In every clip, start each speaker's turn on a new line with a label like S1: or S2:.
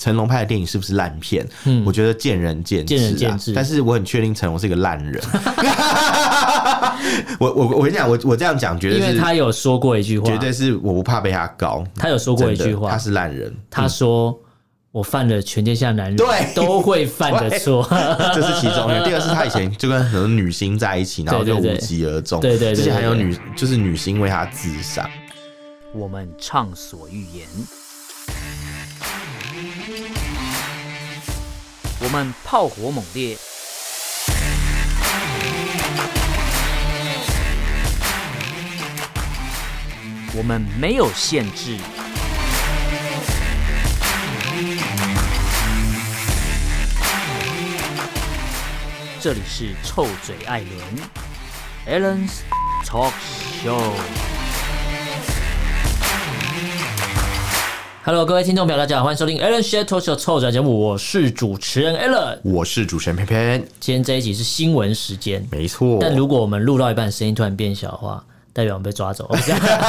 S1: 成龙拍的电影是不是烂片，我觉得见仁见智、啊，
S2: 嗯见仁见智
S1: 但是我很确定成龙是一个烂 人。我我我跟你讲，我我这样讲绝
S2: 因
S1: 对
S2: 为
S1: 是
S2: 他有说过一句话，
S1: 绝对是我不怕被他搞。
S2: 他有说过一
S1: 真的
S2: 句话，
S1: 他是烂人，
S2: 他说：“我犯了全天下男人
S1: 对
S2: 都会犯的 错。
S1: 这是其中一 个。第二是他以前就跟很多女星在一起，然后
S2: 对
S1: 就
S2: 对对
S1: 无疾而终。
S2: 对对对对
S1: 之前还有女就是女星为他自杀。”
S2: 我们畅所欲言，我们炮火猛烈，我们没有限制。这里是臭嘴艾伦 a l l e n s Talk Show。Hello，各位听众朋友，大家好，欢迎收听 Alan s h a t o Show 臭转节目，我是主持人 Alan。
S1: 我是主持人偏偏，
S2: 今天这一集是新闻时间，
S1: 没错。
S2: 但如果我们录到一半声音突然变小的话，代表我们被抓走，哦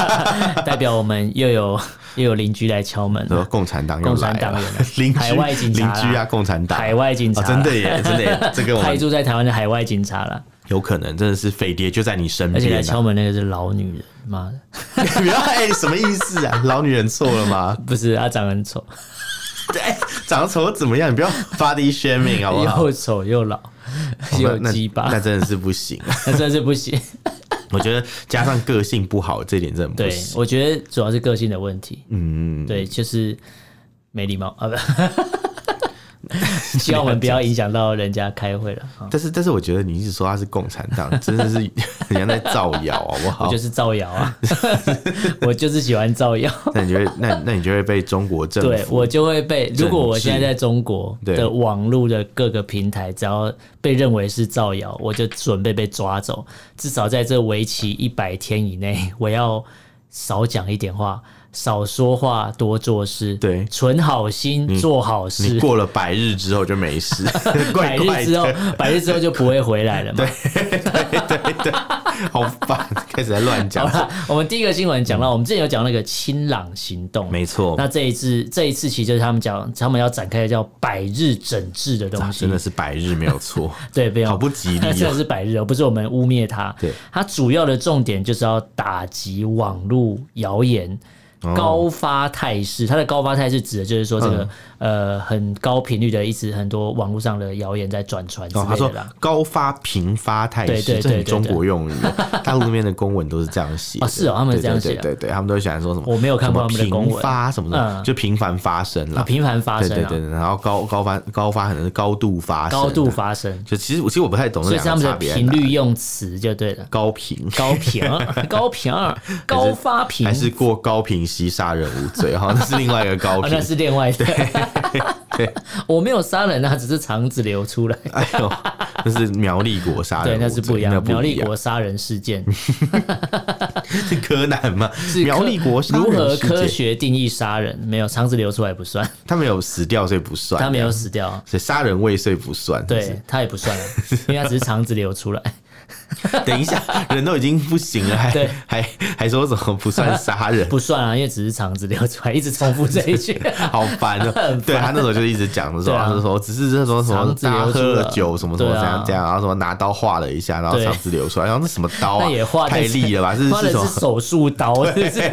S2: 代表我们又有又有邻居来敲门，
S1: 说共产党又
S2: 共
S1: 来
S2: 产党
S1: 了
S2: 也来，
S1: 邻居
S2: 海外警察
S1: 邻
S2: 啦
S1: 居啊，共产党
S2: 海外警察
S1: 哦，
S2: 啦、
S1: 真的耶，真的耶，这个我
S2: 派
S1: 们嗯
S2: 驻在台湾的海外警察了，
S1: 有可能真的是匪谍就在你身
S2: 而且来
S1: 边
S2: 敲
S1: 啊。
S2: 门那个是老女人，妈的，
S1: 不要哎，什么意思啊？ 老女人错了吗？
S2: 不是她长得很丑，
S1: 哎，长得丑又怎么样？你不要 body shaming 好不好？
S2: 又丑又老 又
S1: 哦那
S2: 鸡巴
S1: 那，真的是不行。啊
S2: 那真是不行。
S1: 我觉得加上个性不好，这点真的不
S2: 对，
S1: 行。
S2: 我觉得主要是个性的问题。
S1: 嗯，
S2: 对，就是没礼貌啊，不， 希望我们不要影响到人家开会了。啊
S1: 但是但是我觉得你一直说他是共产党，真的是 人家在造谣，好不
S2: 我
S1: 好
S2: 就？是造谣啊， 我就是喜欢造谣。
S1: 那你就会那那你就会被中国政
S2: 对
S1: 府
S2: 我就会被，如果我现在在中国
S1: 对
S2: 的网络的各个平台，只要被认为是造谣，我就准备被抓走。至少在这为期一百天以内，我要少讲一点话，少说话，多做事，
S1: 对嗯
S2: 存好心，做好事。
S1: 你过了百日之后就没事， 怪
S2: 百
S1: 怪
S2: 日 之后
S1: 的，，
S2: 百日之后就不会回来了嘛。
S1: 好烦，开始在乱
S2: 好
S1: 讲。
S2: 啦，我们第一个新闻讲到，我们之前有讲那个清朗行动，
S1: 没错，
S2: 那这一次这一次其实就是他们讲他们要展开的叫百日整治的东西
S1: 真，的是百日没有错，
S2: 对，不要
S1: 好不吉利
S2: 真的
S1: 哦。
S2: 是百日哦，不是我们污蔑它。
S1: 对，
S2: 它主要的重点就是要打击网络谣言。
S1: 哦
S2: 高发态势，它的高发态势指的就是说这
S1: 嗯
S2: 个、呃很高频率的，一直很多网络上的谣言在转传之
S1: 哦，他
S2: 类
S1: 说
S2: 的啦。
S1: 高发频发态
S2: 对对
S1: 势，这
S2: 对
S1: 很
S2: 对
S1: 中国 用语哦，大陆那边的公文都是这样写的。
S2: 哦是哦他们是这样写
S1: 对
S2: 的
S1: 对对对，他们都喜欢说什么？
S2: 我没有看过他们的
S1: 什么
S2: 公文
S1: 频发什么的，
S2: 嗯
S1: 就频繁发生
S2: 啊，
S1: 了。
S2: 频繁发
S1: 对
S2: 生啊，
S1: 对对，对然后高高发高发可能是高度发生，
S2: 高度。发生，
S1: 就其实我其实我不太懂这
S2: 所以是他
S1: 两
S2: 们
S1: 个
S2: 的
S1: 差别在
S2: 频
S1: 哪。
S2: 率用词就对了。
S1: 高频
S2: 高频、 高频、高发频，
S1: 还是过高频吸杀人无 罪？哈，那是另外一个高
S2: 哦
S1: 频
S2: 那。是另外的。 我没有杀人啊，只是肠子流出来。
S1: 哎呦，那是苗栗国杀人
S2: 对，
S1: 无罪，
S2: 那是不一样。
S1: 不
S2: 苗栗国杀人事件
S1: 是柯南吗？
S2: 是
S1: 苗
S2: 科
S1: 栗国杀人
S2: 如何
S1: 事件哎
S2: 科？学定义杀人？没有肠子流出来 不算，
S1: 他没有死掉，所以不算。
S2: 他没有，死掉，
S1: 所以杀人未遂不算。
S2: 对他也不算 啊，因为他只是肠子流出来。
S1: 是，等一 下，人都已经不行了，还
S2: 对
S1: 还还说什么不算杀人？
S2: 不算啊，因为只是肠子流出来，一直重复这一 句。
S1: 好烦 哦、对他那时候就一直讲的时候，
S2: 对啊
S1: 他就说只是这种什么
S2: 肠子
S1: 大家
S2: 流出
S1: 喝了
S2: 了
S1: 酒什么什么
S2: 对
S1: 怎
S2: 啊
S1: 样怎样，然后什么拿刀划了一下，然后
S2: 对
S1: 肠子流出来，然后那什么刀啊
S2: 那也画，
S1: 太利了 吧？是
S2: 画
S1: 是
S2: 的
S1: 什么
S2: 是？手术刀，是不是？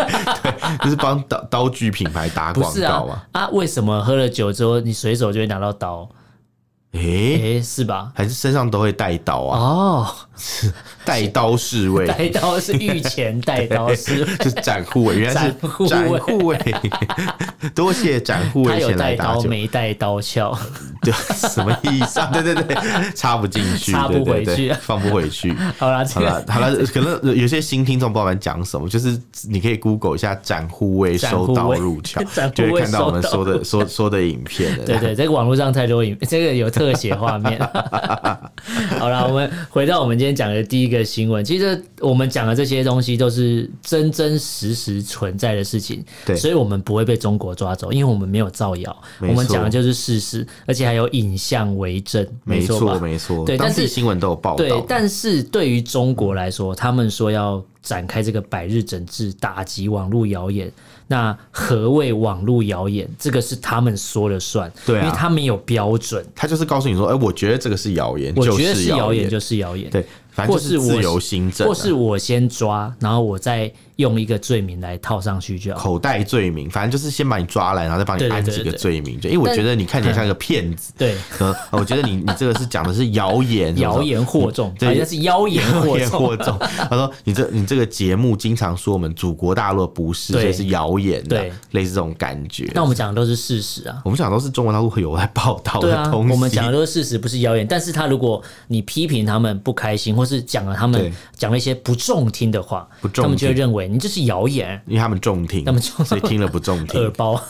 S1: 就是帮刀刀具品牌打
S2: 不
S1: 广
S2: 是
S1: 告
S2: 啊
S1: 嘛？
S2: 啊！为什么喝了酒之后，你随手就会拿到刀？
S1: 诶、
S2: 诶、是吧？
S1: 还是身上都会带刀啊？
S2: 哦，
S1: 带、刀侍卫，
S2: 带刀是御前带刀 是
S1: 就是展护卫，原来是
S2: 展护卫
S1: 展护卫。多谢展护
S2: 他
S1: 卫
S2: 有
S1: 前
S2: 带
S1: 来打
S2: 刀
S1: 酒，
S2: 没带刀鞘，
S1: 对，什么意思啊？ 对对对，插不进去，
S2: 插不回
S1: 对
S2: 去
S1: 对对放不回 去。
S2: 好啦，这
S1: 好了
S2: 个
S1: 好了，可能有些新听众不知道我们讲什么，就是你可以 Google 一下展护卫
S2: 展护
S1: 收
S2: 卫
S1: 刀入 鞘
S2: 展，护
S1: 就
S2: 卫
S1: 会看到我们
S2: 收
S1: 说的说说的影片了。
S2: 对对，这个网络上太多影， 这个有特写画面。 好啦，我们回到我们今天讲的第一个新闻，其实我们讲的这些东西都是真真实实存在的事情，
S1: 对
S2: 所以我们不会被中国抓走，因为我们没有造谣，我
S1: 没错
S2: 们讲的就是事实，而且还有影像为证，
S1: 没
S2: 错
S1: 错
S2: 吧？
S1: 没错，
S2: 对
S1: 当
S2: 但是
S1: 地新闻都有报道。
S2: 对，但是对于中国来说，他们说要展开这个百日整治，打击网络谣言，那何谓网络谣言？这个是他们说了算，
S1: 对啊
S2: 因为他们有标准。
S1: 他就是告诉你说，哎、我觉得这个是谣言，
S2: 我
S1: 就
S2: 觉得是谣言
S1: 言，
S2: 就是谣言，
S1: 对，反正
S2: 或
S1: 就是
S2: 我
S1: 自由新政、啊，
S2: 或是我先抓，然后我再用一个罪名来套上去就好。
S1: 口袋罪名，反正就是先把你抓来，然后再帮你
S2: 对对
S1: 安
S2: 对
S1: 几个
S2: 对
S1: 罪名。就因为我
S2: 但
S1: 觉得你看起来像个骗 子，
S2: 对，
S1: 呃，我觉得你你这个是讲的是谣言，
S2: 谣言惑众，
S1: 对
S2: 好像是妖言
S1: 祸
S2: 惑众。
S1: 祸众。他说你这你这个节目经常说我们祖国大陆的不是，
S2: 对
S1: 所以是谣言的
S2: 对，
S1: 类似这种感觉。
S2: 那我们讲的都是事实啊。
S1: 我们讲都是中国大陆会有在报道
S2: 对
S1: 的
S2: 啊，
S1: 东西，
S2: 我们讲的都是事实，不是谣言。但是他如果你批评他们不开心，或是讲了他们
S1: 对
S2: 讲了一些不中听的话，
S1: 不中听
S2: 他们就会认为你这是谣言，
S1: 因为他们重听，
S2: 他们重呃
S1: 所以听了不重听
S2: 耳。包。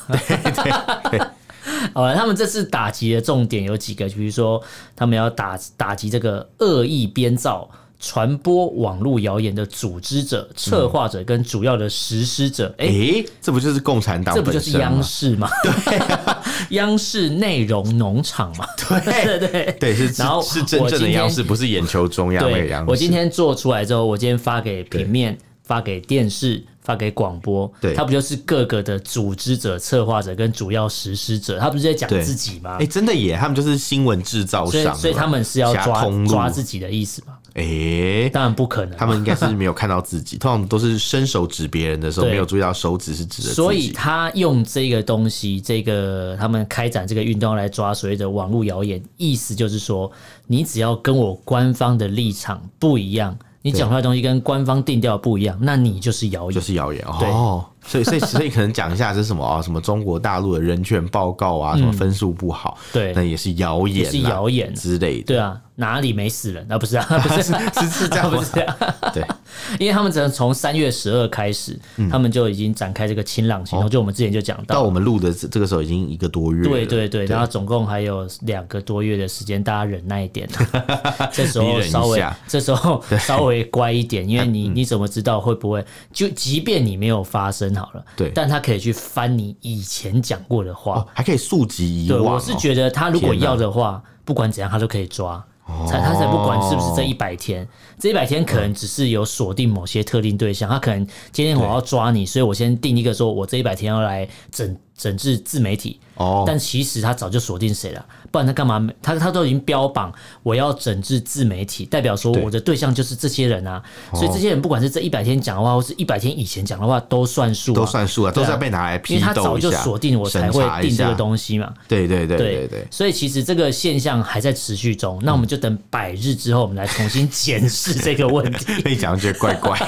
S2: 好了，他们这次打击的重点有几个，比如说他们要打打击这个恶意编造、传播网络谣言的组织者、策划者跟主要的实施者。哎、
S1: 诶，这不就是共产党
S2: 这
S1: 本身吗？
S2: 不就是央 视吗？对、央视内容农场 嘛。 对对对
S1: 对，是
S2: 然后
S1: 是是真
S2: 我
S1: 正的
S2: 今天
S1: 央视，不是眼球中央那个
S2: 对
S1: 央，视。
S2: 我今天做出来之后，我今天发给平面，发给电视，发给广播，
S1: 对
S2: 它不就是各个的组织者、策划者跟主要实施者，他不是在讲自己吗
S1: 哎、？真的耶，他们就是新闻制造
S2: 所以
S1: 商，，啊
S2: 所以他们是要
S1: 侠
S2: 抓
S1: 通路
S2: 抓自己的意思嘛？
S1: 哎、
S2: 当然不可能嘛，啊
S1: 他们应该是没有看到自 己，通常都是伸手指别人的时候，
S2: 对
S1: 没有注意到手指是指的自己。
S2: 所以他用这个东西，这个他们开展这个运动来抓所谓的网络谣言，意思就是说，你只要跟我官方的立场不一样，你讲出来的东西跟官方定调不一样，那你就是谣
S1: 就
S2: 言。
S1: 是谣言
S2: 对
S1: 哦，所以所以所以可能讲一下这是什么 啊、什么中国大陆的人权报告啊，什么分数不好，
S2: 嗯对
S1: 那也是谣言
S2: 也
S1: 啦，
S2: 是谣言
S1: 之类的，
S2: 对啊，哪里没死人？啊，不 是啊，不是、啊，
S1: 是是这 样
S2: 不
S1: 吗
S2: 是、啊，
S1: 对，
S2: 因为他们只能从三月十二开始，
S1: 嗯
S2: 他们就已经展开这个清朗行
S1: 哦
S2: 动，就我们之前就讲
S1: 到
S2: 到。
S1: 我们录的这这个时候已经一个多月了，
S2: 对对对，然后总共还有两个多月的时间，大家忍耐 一点，这时
S1: 你
S2: 候
S1: 忍一
S2: 稍微
S1: 下，嗯
S2: 这 时候稍微乖一点，因为你你怎么知道会不会？就即便你没有发生好了，
S1: 对
S2: 但他可以去翻你以前讲过的话
S1: 哦，，还可以溯及以
S2: 对，
S1: 往、哦，
S2: 我是觉得他如果
S1: 天哪哦
S2: 要的话，不管怎样他都可以抓，才他才不管是不是这一百天，这一百天可
S1: 嗯
S2: 能只是有锁定某些特定对象，他可能今天我要抓你，所以我先定一个说我这一百天要来整整治自媒体。
S1: 哦，
S2: 但其实他早就锁定谁了，不然他干嘛？他他都已经标榜我要整治自媒体，代表说
S1: 对哦
S2: 我的对象就是这些人啊。所以这些人不管是这一百天讲的话，或是一百天以前讲的话，都算数、啊，
S1: 都算数啊，都
S2: 对啊
S1: 是要被拿来
S2: 因
S1: 批
S2: 为他
S1: 斗
S2: 早
S1: 一
S2: 就
S1: 下，
S2: 锁定我才会定这个
S1: 西，
S2: 东西嘛。
S1: 对对对 对对。嗯
S2: 所以其实这个现象还在持续中，那我们就等百日之后，我们来重新检视这个问 题。
S1: 被讲觉得怪怪，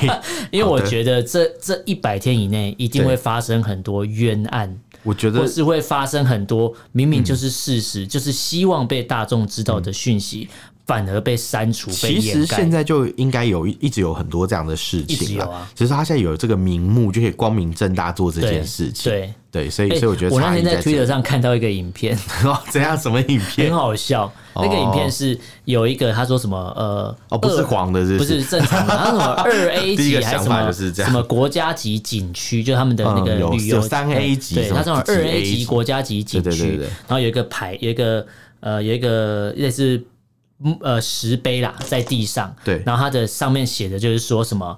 S2: 因为我
S1: 好的
S2: 觉得这这一百天以内一定会发生很多冤案，
S1: 我觉
S2: 或
S1: 得
S2: 是会发生很多明明就是事实，就是希望被大众知道的讯息，反而被删除、
S1: 嗯
S2: 被
S1: 其实
S2: 掩
S1: 现
S2: 盖。
S1: 在就应该有一一直有很多这样的事
S2: 一直
S1: 情
S2: 有
S1: 了。
S2: 啊
S1: 只是他现在有这个名目，就可以光明正大做这件事情。
S2: 对哎
S1: 对，所以、所以我觉得
S2: 我那
S1: 差异
S2: 天在
S1: 在这里
S2: Twitter 上看到一个影片，
S1: 哦，怎样什么影
S2: 很
S1: 片？
S2: 好笑。那个影片是有一个他说什么呃
S1: 哦，不是
S2: 二
S1: 黄的，是
S2: 不是正常 的，他什么二 A
S1: 第一
S2: 级
S1: 个
S2: 还
S1: 想
S2: 什
S1: 法
S2: 么
S1: 就是这样
S2: 什么国家级景区，就是他们的那个
S1: 嗯有
S2: 旅游
S1: 有三 A 级
S2: 对，
S1: 什么
S2: 他这种
S1: 几
S2: 二
S1: A
S2: A
S1: 级
S2: 级国家级景
S1: 对对对
S2: 区
S1: 对，
S2: 然后有一个牌，有一个呃，有一个类似。嗯呃，石碑啦，在地上。
S1: 对
S2: 然后它的上面写的就是说什么，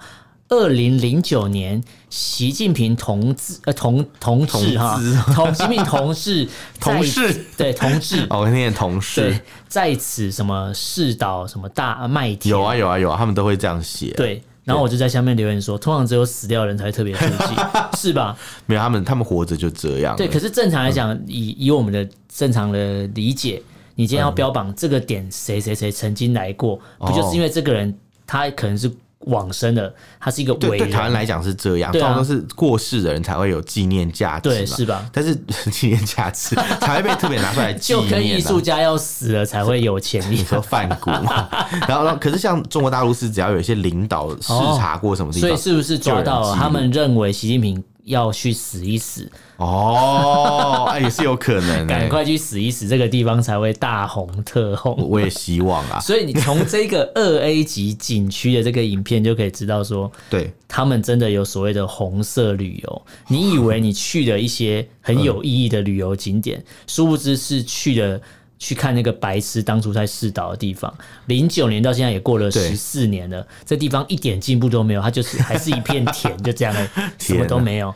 S2: 二零零九年，习近平同志呃同同志哈
S1: 同志，
S2: 同习近平同志
S1: 同事
S2: 在对同志
S1: 哦，我那天的同
S2: 对
S1: 事
S2: 在此什么世导什么大麦田
S1: 有啊有啊有啊，他们都会这样写。，
S2: 对，然后我就在下面留言说，通常只有死掉的人才会特别生气， 是吧？
S1: 没有他们他们活着就这样了。
S2: 对，可是正常来讲，以以我们的正常的理解，你今
S1: 嗯
S2: 天要标榜这个点谁谁谁曾经来过，不就是
S1: 哦
S2: 因为这个人他可能是往生的，他是一个伟
S1: 对对台湾
S2: 人，
S1: 来讲是这样，
S2: 对
S1: 这
S2: 啊
S1: 种都是过世的人才会有纪念价值嘛，
S2: 对，是吧？
S1: 但是纪念价值 才会被特别拿出来纪
S2: 就
S1: 念、啊。
S2: 跟艺术家要死了才会有钱一
S1: 你
S2: 样。
S1: 说泛古 嘛，然后然后可是像中国大陆是只要有一些领导视察过什么地
S2: 哦所
S1: 方，
S2: 以是不是抓到
S1: 就有人记
S2: 了？
S1: 录
S2: 他们认为习近平要去死一死，
S1: 哦，哎也是有可能、
S2: 赶
S1: 欸，
S2: 快去死一死，这个地方才会大红特红
S1: 我。我也希望啊，
S2: 所以你从这个二 A 级景区的这个影片就可以知道说。
S1: 对，
S2: 他们真的有所谓的红色旅游，你以为你去了一些很有意义的旅游景
S1: 哦
S2: 点，殊不知是去了去看那个白痴当初在世岛的地方。零九年到现在也过了
S1: 对
S2: 十四年 了，这地方一点进步都没有，它就是还是一片田，就这样而已，什么都没有。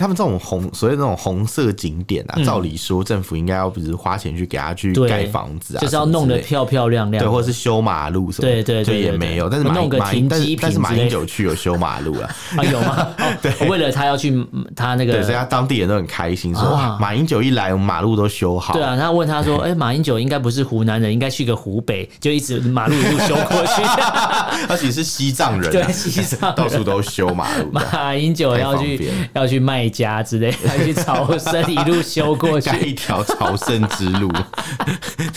S1: 他们这种红所谓那种红色景点啊，照理说政府应该要不是花钱去给他去
S2: 嗯对
S1: 盖房子啊，
S2: 就是要
S1: 什么之
S2: 弄得
S1: 类
S2: 漂漂亮亮
S1: 对，
S2: 的，
S1: 或者是修马路什么的，
S2: 对对对
S1: 就也
S2: 对对
S1: 没有。但是马
S2: 弄个
S1: 马
S2: 停
S1: 但
S2: 机
S1: 是但是
S2: 坪
S1: 马
S2: 之类
S1: 英
S2: 的
S1: 九去有修马路 啊，
S2: 啊 有吗？哦、为了他要去嗯他那
S1: 对，所以
S2: 个。
S1: 他当地人都很开心，说
S2: 啊
S1: 哇，马英九一来，我们马路都修好
S2: 对。啊，他问 他说：“哎、马英九应该不是湖南人，应该去个湖北，就一直马路一路修 过去。
S1: 而且是西藏人啊，
S2: 对西藏人
S1: 到处都修马路的，
S2: 马英九要
S1: 太方
S2: 去
S1: 便了
S2: 要去卖家之类，要去朝圣，一路修 过去
S1: 盖。一条朝圣之路。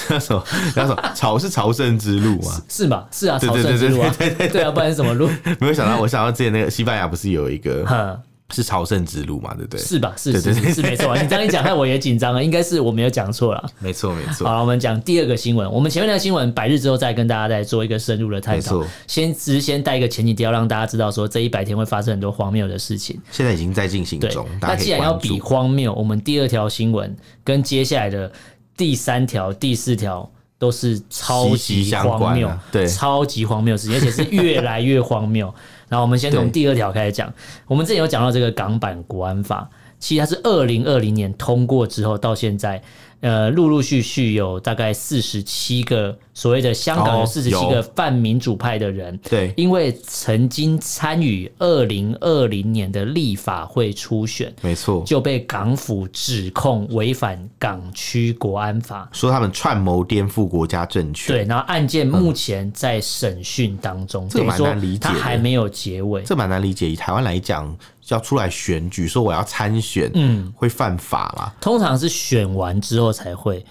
S1: 那什么那什么朝是朝圣之路吗？
S2: 是吧？是啊，
S1: 对
S2: 朝
S1: 对
S2: 圣
S1: 对
S2: 之路啊
S1: 对对对，
S2: 对啊，不然是什 么路？
S1: 没有想到，我想到之前那个西班牙不是有一个
S2: 哼，
S1: 是朝圣之路嘛，对不对？
S2: 是吧？是
S1: 对
S2: 是
S1: 对对
S2: 是是没错啊。你这样一讲，害我也紧张了，应该是我没有讲错了。
S1: 没错没错
S2: 好。了，我们讲第二个新闻。我们前面那个新闻百日之后再跟大家再做一个深入的探讨
S1: 没错。
S2: 先只是先带一个前景，要让大家知道说这一百天会发生很多荒谬的事情。
S1: 现在已经在进行
S2: 对
S1: 中，，大
S2: 那
S1: 家可
S2: 既
S1: 以
S2: 然要
S1: 关
S2: 比
S1: 注。
S2: 荒谬，我们第二条新闻跟接下来的第三条、第四条都是超
S1: 息息
S2: 级
S1: 相关啊
S2: 荒谬，
S1: 对
S2: 超级荒谬的事情，而且是越来越荒 谬。然后我们先从
S1: 对
S2: 第二条开始讲，我们之前有讲到这个港版国安法，其实它是二零二零年通过之后到现在。呃，陆陆续续有大概四十七个所谓的香港有
S1: 哦
S2: 四十七
S1: 有
S2: 个泛民主派的人，
S1: 对
S2: 因为曾经参与二零二零年的立法会初选，
S1: 没错，
S2: 就被港府指控违反港区国安法。
S1: 说他们串谋颠覆国家政权。
S2: 对，然后案件目前在审讯当中，
S1: 这个蛮
S2: 等于说
S1: 难理解
S2: 它
S1: 的
S2: 还没有结尾。
S1: 这蛮难理解。以台湾来讲，要出来选举，说我要参选，嗯，会犯法吗？
S2: 通常是选完之后才会，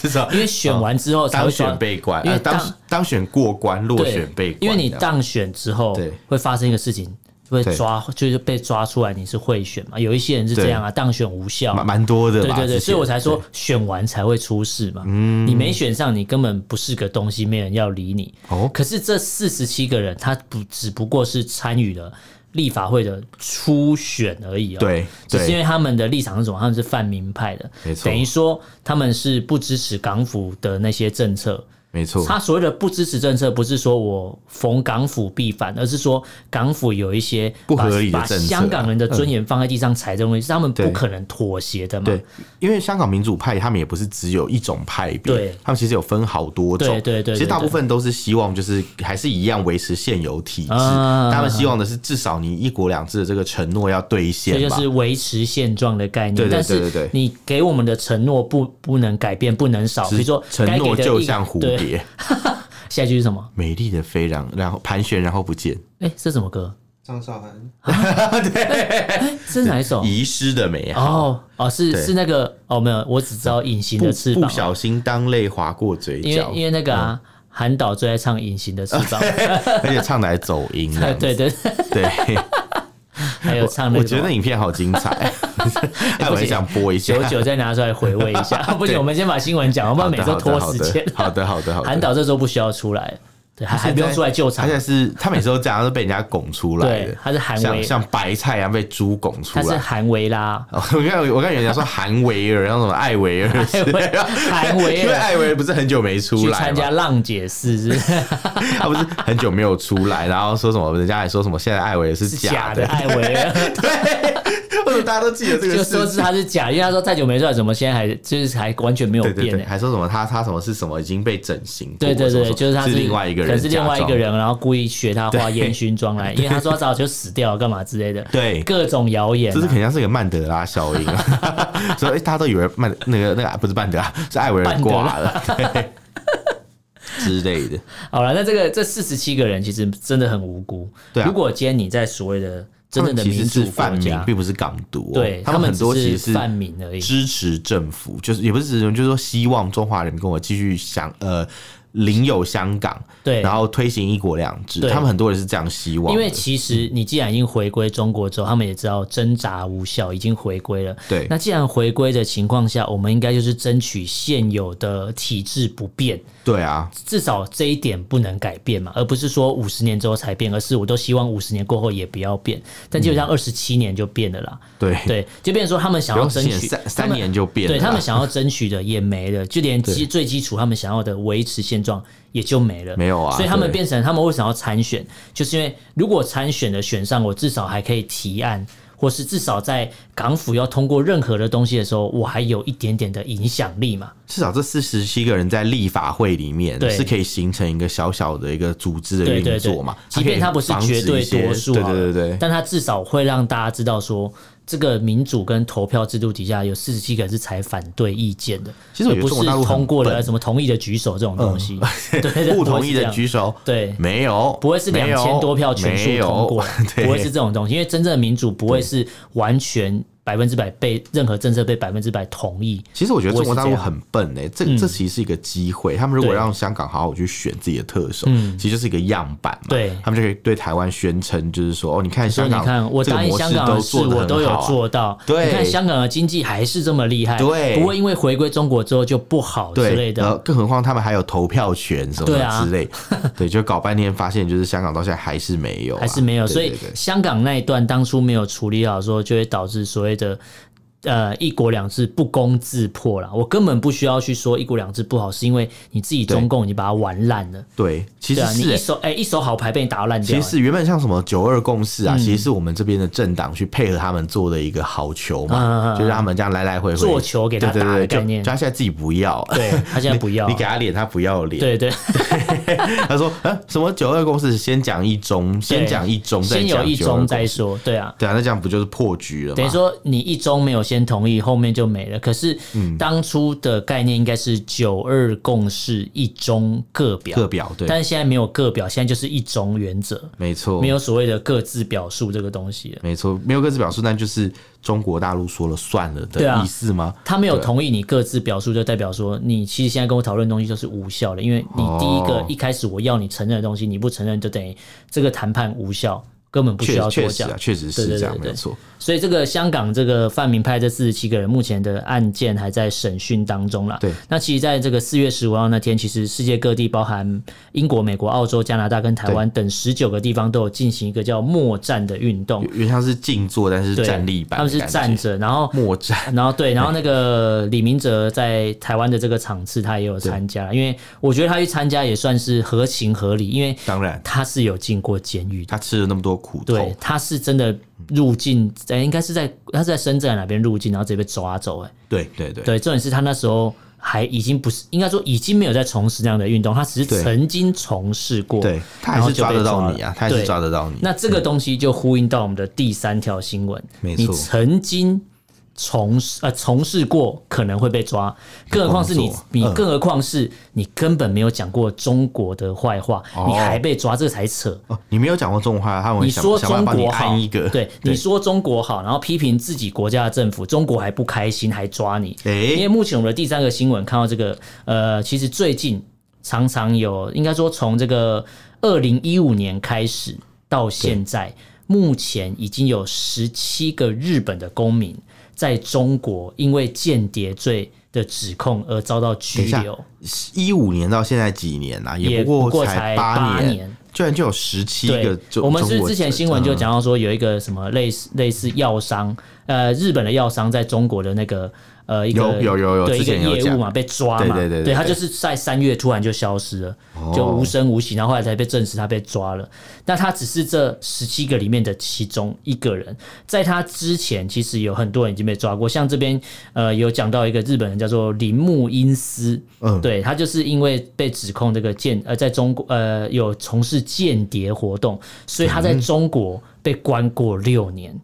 S1: 至少
S2: 因为选完之后才
S1: 哦当
S2: 会说
S1: 选被关，
S2: 因为
S1: 呃当
S2: 当
S1: 当选过关，落
S2: 对
S1: 选被关，
S2: 因为你
S1: 这样
S2: 当选之后
S1: 对
S2: 会发生一个事情，会
S1: 对
S2: 抓就是被抓出来你是贿选嘛，有一些人是这样啊，当选无效
S1: 蛮蛮多的
S2: 对
S1: 吧？
S2: 对
S1: 之
S2: 对，
S1: 前
S2: 所以我才说选完才会出事嘛。
S1: 嗯
S2: 你没选上，你根本不是个东西，没人要理你。
S1: 哦
S2: 可是这四十七个人，他不只不过是参与了立法会的初选而已哦。
S1: 对
S2: 只是因
S1: 对
S2: 为他们的立场是什么？他们是泛民派的，
S1: 没错
S2: 等于说他们是不支持港府的那些政策。
S1: 没错，
S2: 他所谓的不支持政策，不是说我逢港府必反，而是说港府有一些
S1: 不
S2: 把
S1: 合理的
S2: 把
S1: 政策啊
S2: 香港人的尊严放在地上踩这种东西，是他们不
S1: 对
S2: 可能妥协的嘛。
S1: 对，因为香港民主派他们也不是只有一种派别，
S2: 对
S1: 他们其实有分好多种，
S2: 对对对
S1: 其实大
S2: 对对
S1: 部分都是希望就是还是一样维持现有体制，
S2: 啊
S1: 他们希望的是至少你一国两制的这个承诺要兑
S2: 这
S1: 现
S2: 就
S1: 吧
S2: 是。维持现状的概念。
S1: 对对对
S2: 但
S1: 对
S2: 是
S1: 对
S2: 你给我们的承诺不不能改变，不能少。比如说，
S1: 承诺就像蝴
S2: 该给的一，对
S1: 蝶，
S2: 下一句是什么？
S1: 美丽的飞，然然后盘旋，然后不见，
S2: 哎、这什么歌？啊
S3: 张韶涵，
S2: 这是哪一首？
S1: 遗失的美好。
S2: 哦哦，是
S1: 对
S2: 是那个哦，没有，我只知道《隐形
S1: 不
S2: 的翅膀
S1: 不》小嗯心当泪划过嘴
S2: 因
S1: 角
S2: 为，因为那个啊，韩导最爱唱《隐形的翅膀》
S1: 而且唱的还走音这样子，
S2: 对对 对，
S1: 对，
S2: 还有 唱那
S1: 我
S2: 个什
S1: 觉
S2: 么。
S1: 得那影片好精 彩， 哎，我很想播一下
S2: 久。 久再拿出来回味一下，不行，
S1: 对
S2: 我们先把新闻讲完，不然每周
S1: 好的
S2: 拖
S1: 好
S2: 时
S1: 的
S2: 间。
S1: 好的好的好的，
S2: 韩导这周不需要出来，对，还还不用出来救场
S1: 而，且是他每次都这样，都被人家拱出来
S2: 对
S1: 的，，
S2: 他是韩
S1: 像
S2: 维，
S1: 像白菜一样被猪拱出
S2: 他是
S1: 来。
S2: 韩维拉，
S1: 我看我看有人家说韩维尔，然后什么艾维尔之类的，
S2: 韩 维
S1: 因为
S2: 尔
S1: 艾维尔不是很久没出
S2: 去
S1: 来
S2: 参
S1: 嘛
S2: 加，浪姐四是不是
S1: 他不是很久没有出来，然后说什么人家还说什么现在艾维尔是
S2: 是 假
S1: 假
S2: 的
S1: 的，
S2: 艾维尔，
S1: 为什么大家都记得 这
S2: 就
S1: 个
S2: 说
S1: 事
S2: 是他是假，因为他说太久没出来，怎么现在还就是还完全没有
S1: 对对
S2: 变
S1: 对，
S2: 呢？
S1: 还说什么他他什么是什么已经被整形过，
S2: 欸对对
S1: 什么什
S2: 对，
S1: 么
S2: 就是他
S1: 是另外一个
S2: 可
S1: 人，
S2: 能是另外一个，人，然后故意学他画
S1: 对
S2: 烟熏妆来，因为他说他早就死掉了，干嘛之类的，
S1: 对
S2: 各种谣言啊，
S1: 这是肯定是个曼德拉效应 啊，所以哎大家都以为曼那个那个不是曼德拉，是艾维尔挂了，对 之类的。
S2: 好了，那这个这四十七个人其实真的很无辜。
S1: 对啊
S2: 如果今天你在所谓的
S1: 他
S2: 真正
S1: 们
S2: 的
S1: 其
S2: 民
S1: 实
S2: 主
S1: 是
S2: 国
S1: 泛民
S2: 家，，
S1: 并不是港独哦、
S2: 对
S1: 他们很多
S2: 只
S1: 其
S2: 是
S1: 实
S2: 泛
S1: 是
S2: 民而已。
S1: 支持政府，就是也不是支持，就是说希望中华人民共和国继续想呃领有香港，
S2: 对
S1: 然后推行一国两制
S2: 对，
S1: 他们很多人是这样希望的，
S2: 因为其实你既然已经回归中国之后，他们也知道挣扎无效，已经回归了。
S1: 对
S2: 那既然回归的情况下，我们应该就是争取现有的体制不变，
S1: 对啊，
S2: 至少这一点不能改变嘛，而不是说五十年之后才变，而是我都希望五十年过后也不要变。但基本上二十七年就变了啦。
S1: 对，
S2: 对，就变成说他们想要
S1: 不用
S2: 争
S1: 四年
S2: 取
S1: 三
S2: 他们
S1: 三年就变了
S2: 对
S1: 啦
S2: 他们想要争取的也没了，就连基
S1: 对
S2: 最基础他们想要的维持现状也就没了，
S1: 没有啊
S2: 所以他们
S1: 对
S2: 变成他们为什么要参选，就是因为如果参选的选上，我至少还可以提案。或是至少在港府要通过任何的东西的时候，我还有一点点的影响力嘛。
S1: 至少这四十七个人在立法会里面
S2: 对
S1: 是可以形成一个小小的一个组织的
S2: 对
S1: 运
S2: 对对
S1: 作嘛，，
S2: 即便
S1: 它可
S2: 它
S1: 以
S2: 不是
S1: 防止
S2: 绝对
S1: 一些
S2: 多数
S1: 对
S2: 好了，
S1: 对对对，
S2: 但它至少会让大家知道说，这个民主跟投票制度底下有四十七个人是采反对意见的，
S1: 其实我觉
S2: 而
S1: 得
S2: 不
S1: 中国大陆
S2: 是
S1: 很
S2: 通过了
S1: 笨嗯
S2: 什么同意的举手这种东西，对 对，
S1: 不同意的
S2: 手，
S1: 举手，
S2: 对。
S1: 没有，
S2: 不会是两
S1: 没有
S2: 千多票全
S1: 没
S2: 数
S1: 有，
S2: 通过不
S1: 对
S2: 会是这种东西，因为真正的民主不会是完全百分之百被任何政策被百分之百同意。
S1: 其实我觉得中国大
S2: 我
S1: 陆
S2: 也是这嗯
S1: 很笨哎、这这其实是一个机会。他们如果
S2: 对
S1: 让香港好好去选自己的特首，
S2: 嗯
S1: 其实就是一个样板嘛。
S2: 对
S1: 他们就可以对台湾宣称，就是说，哦，你看
S2: 所以
S1: 香港，
S2: 你看，我
S1: 这个
S2: 答应
S1: 模
S2: 香
S1: 式
S2: 港的
S1: 都
S2: 事
S1: 做的
S2: 我
S1: 很
S2: 都有
S1: 好啊。
S2: 做到。
S1: 对
S2: 你看香港的经济还是这么厉害，
S1: 对
S2: 不会因为回归中国之后就不好之类
S1: 对，呃
S2: 的。，
S1: 更何况他们还有投票权什么
S2: 对
S1: 的
S2: 啊
S1: 之类， 对，就搞半天发现就是香港到现在还是没有啊、
S2: 还是没有，
S1: 对
S2: 所以
S1: 对对
S2: 香港那一段当初没有处理好的时候，就会导致所谓的呃一国两制不攻自破啦。我根本不需要去说一国两制不好，是因为你自己中共已经把它玩烂了。
S1: 对，其实
S2: 对啊，你
S1: 是、欸
S2: 一手哎、一手好牌被你打到烂掉、
S1: 其
S2: 了。
S1: 实原本像什么九二共识
S2: 嗯
S1: 啊，其实是我们这边的政党去配合他们做的一个好球嘛，
S2: 嗯嗯嗯
S1: 就让他们这样来来回回
S2: 做球给他
S1: 对对
S2: 打
S1: 对
S2: 的
S1: 就
S2: 概念
S1: 就他现在自己不要，
S2: 对他现在不 要啊、
S1: 你给他脸，他不要脸。
S2: 对对，
S1: 他说：“啊，什么九二共识？先讲一中，先讲一中，再
S2: 先有
S1: 讲
S2: 一
S1: 九二
S2: 中
S1: 共
S2: 再
S1: 识。
S2: 说。对啊，
S1: 对啊，那这样不就是破局了
S2: 等于
S1: 吗？
S2: 说你一中没有先同意，后面就没了。可是
S1: 嗯
S2: 当初的概念应该是九二共识，一中各表。
S1: 各表对，
S2: 但是现在没有各表，现在就是一中原则，
S1: 没错，
S2: 没有所谓的各自表述这个东西了。
S1: 没错，没有各自表述，但就是中国大陆说了算了
S2: 对
S1: 的
S2: 啊
S1: 意思吗？
S2: 他没有同意你各自表述，就代表说你其实现在跟我讨论的东西都是无效的，因为你第一个、
S1: 哦
S2: 一开始我要你承认的东西，你不承认，就等于这个谈判无效，根本不需
S1: 确
S2: 要多
S1: 确实
S2: 讲
S1: 啊，。确实
S2: 对
S1: 是
S2: 对
S1: 这样，
S2: 对
S1: 没
S2: 对
S1: 有错。
S2: 所以这个香港这个泛民派这四十七个人，目前的案件还在审讯当中啦。
S1: 对，
S2: 那其实在这个四月十五号那天，其实世界各地，包含英国、美国、澳洲、加拿大跟台湾等十九个地方，都有进行一个叫默战的运动
S1: 有。有点像是静坐，但是
S2: 对，
S1: 站立版
S2: 他
S1: 的
S2: 们是
S1: 感觉，
S2: 站着，然后。
S1: 默战。
S2: 然后对，然后那个李明哲在台湾的这个场次，他也有参加，因为我觉得他去参加也算是合情合理，因为
S1: 当然，
S2: 他是有进过监狱的。
S1: 他吃了那么多苦
S2: 对
S1: 头，，
S2: 他是真的入境，哎、应该是在他是在深圳哪边入境，然后直接被抓走、哎，
S1: 对对对，
S2: 对，重点是他那时候还已经不是，应该说已经没有在从事那样的运动，他只
S1: 对
S2: 是曾经从事过。
S1: 对他
S2: 然
S1: 还
S2: 后
S1: 是
S2: 就
S1: 抓
S2: 被
S1: 得到
S2: 抓
S1: 你啊
S2: 了，
S1: 他还是
S2: 对
S1: 抓得到你。
S2: 那这个东西就呼应到我们的第三条新闻，
S1: 没
S2: 你
S1: 错
S2: 曾经。从事呃从事过可能会被抓，更何况是你
S1: 工作
S2: 你
S1: 嗯
S2: 更何况是你根本没有讲过中国的坏话，你
S1: 哦
S2: 还被抓，这才扯。
S1: 哦，你没有讲过这种话，他们
S2: 你
S1: 想
S2: 说
S1: 想办法
S2: 中
S1: 帮你
S2: 国好
S1: 按一个，
S2: 对，你说中国好，然后批评自己国家的政府，中国还不开心，还抓你。因为
S1: 哎，
S2: 目前我们的第三个新闻看到这个，呃，其实最近常常有，应该说从这个二零一五年开始到现在，目前已经有十七个日本的公民在中国因为间谍罪的指控而遭到拘
S1: 等一下
S2: 留，
S1: 一五年到现在几年啦，
S2: 也
S1: 不
S2: 过
S1: 才
S2: 八
S1: 年，。居然就有十七个
S2: 对，
S1: 中
S2: 我们是
S1: 中国嗯
S2: 之前
S1: 籍
S2: 新闻就讲到说，有一个什么类似类似药商，呃，日本的药商在中国的那个呃一个
S1: 有有有有
S2: 对
S1: 之
S2: 一个
S1: 前有
S2: 业务嘛被抓嘛，
S1: 对对对对
S2: 对他
S1: 对
S2: 就是在三月突然就消失了，就
S1: 哦
S2: 无声无息，然后后来才被证实他被抓了。那他只是这十七个里面的其中一个人，在他之前其实有很多人已经被抓过，像这边呃有讲到一个日本人叫做铃木英司，
S1: 嗯
S2: 对他就是因为被指控这个间呃在中国呃有从事间谍活动，所以他
S1: 嗯
S2: 在中国被关过六年。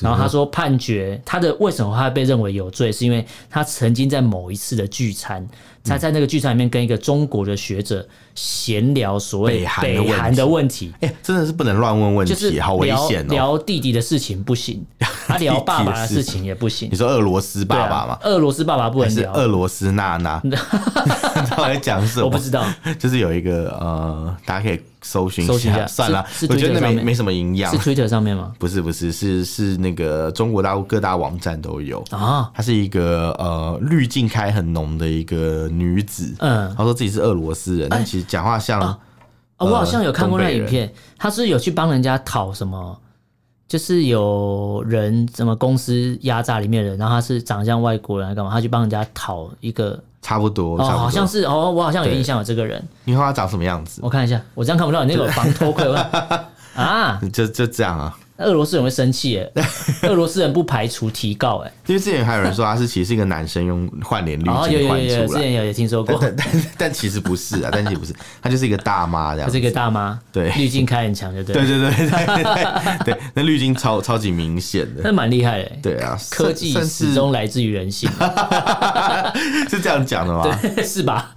S2: 然后他说判决他的为什么他被认为有罪，是因为他曾经在某一次的聚餐，
S1: 嗯
S2: 他在那个聚餐里面跟一个中国的学者闲聊所谓
S1: 北韩的
S2: 北
S1: 问题
S2: 韩的问题。
S1: 哎、真的是不能乱问问
S2: 就是
S1: 题，好危
S2: 聊
S1: 险哦、
S2: 聊弟弟的事情不 行，他聊爸爸的事情也不行
S1: 你。说俄罗斯爸爸吗？
S2: 对啊俄罗斯爸爸不
S1: 还
S2: 能
S1: 是
S2: 聊，
S1: 俄罗斯娜 娜？他在讲什么？
S2: 我不知道。
S1: 就是有一个呃，大家可以搜寻
S2: 搜寻一下
S1: 算了
S2: 是，是
S1: 我觉得
S2: Twitter
S1: 那
S2: 上
S1: 没
S2: 面
S1: 没什么营养
S2: 是。Twitter 上面吗？
S1: 不是不是是是那个中国大陆各大网站都有。
S2: 啊，
S1: 她是一个呃滤镜开很浓的一个女子，
S2: 嗯哎
S1: 她说自己是俄罗斯人，但其实讲话像、
S2: 哦，我好像
S1: 呃
S2: 有看过
S1: 东
S2: 那
S1: 北
S2: 影片，他是有去帮人家讨什么，就是有人什么公司压榨里面的人，然后他是长得像外国人还干嘛，他去帮人家讨一个，
S1: 差不多，
S2: 哦，
S1: 差不多
S2: 好像是哦，我好像有
S1: 对
S2: 印象有这个人，
S1: 你看她长什么样子，
S2: 我看一下，我这样看不到，你那个有防偷窥我看啊，
S1: 就就这样啊，
S2: 俄罗斯人会生气耶，俄罗斯人不排除提告 哎。
S1: 因为之前还有人说他是其实是一个男生用换脸滤
S2: 哦，有
S1: 镜
S2: 有
S1: 换
S2: 有有，
S1: 出
S2: 之
S1: 来，
S2: 前有也听说过，
S1: 但但但其实不是啊，但其实不是，他就是一个大妈这样
S2: 她
S1: 子。
S2: 是一个大妈，
S1: 对
S2: 滤镜开很强，对不
S1: 对
S2: 对？
S1: 对对对 对对，那滤镜超超级明显的。
S2: 那蛮厉害的耶，
S1: 对啊，
S2: 科技
S1: 甚
S2: 始
S1: 至
S2: 终来自于人性，
S1: 是这样讲的吗？
S2: 是吧？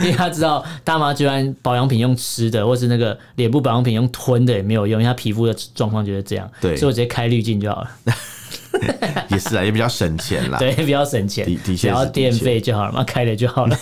S2: 因为他知道大妈就算保养品用吃的，或是那个脸部保养品用吞的也没有用，因为她皮肤的状况就是这样，
S1: 对
S2: 所以我直接开滤镜就好了，
S1: 也是啊，也比较省钱啦。
S2: 对， 比较省钱
S1: 的的，确
S2: 只要
S1: 是的确
S2: 电费就好了嘛， 开了就好了。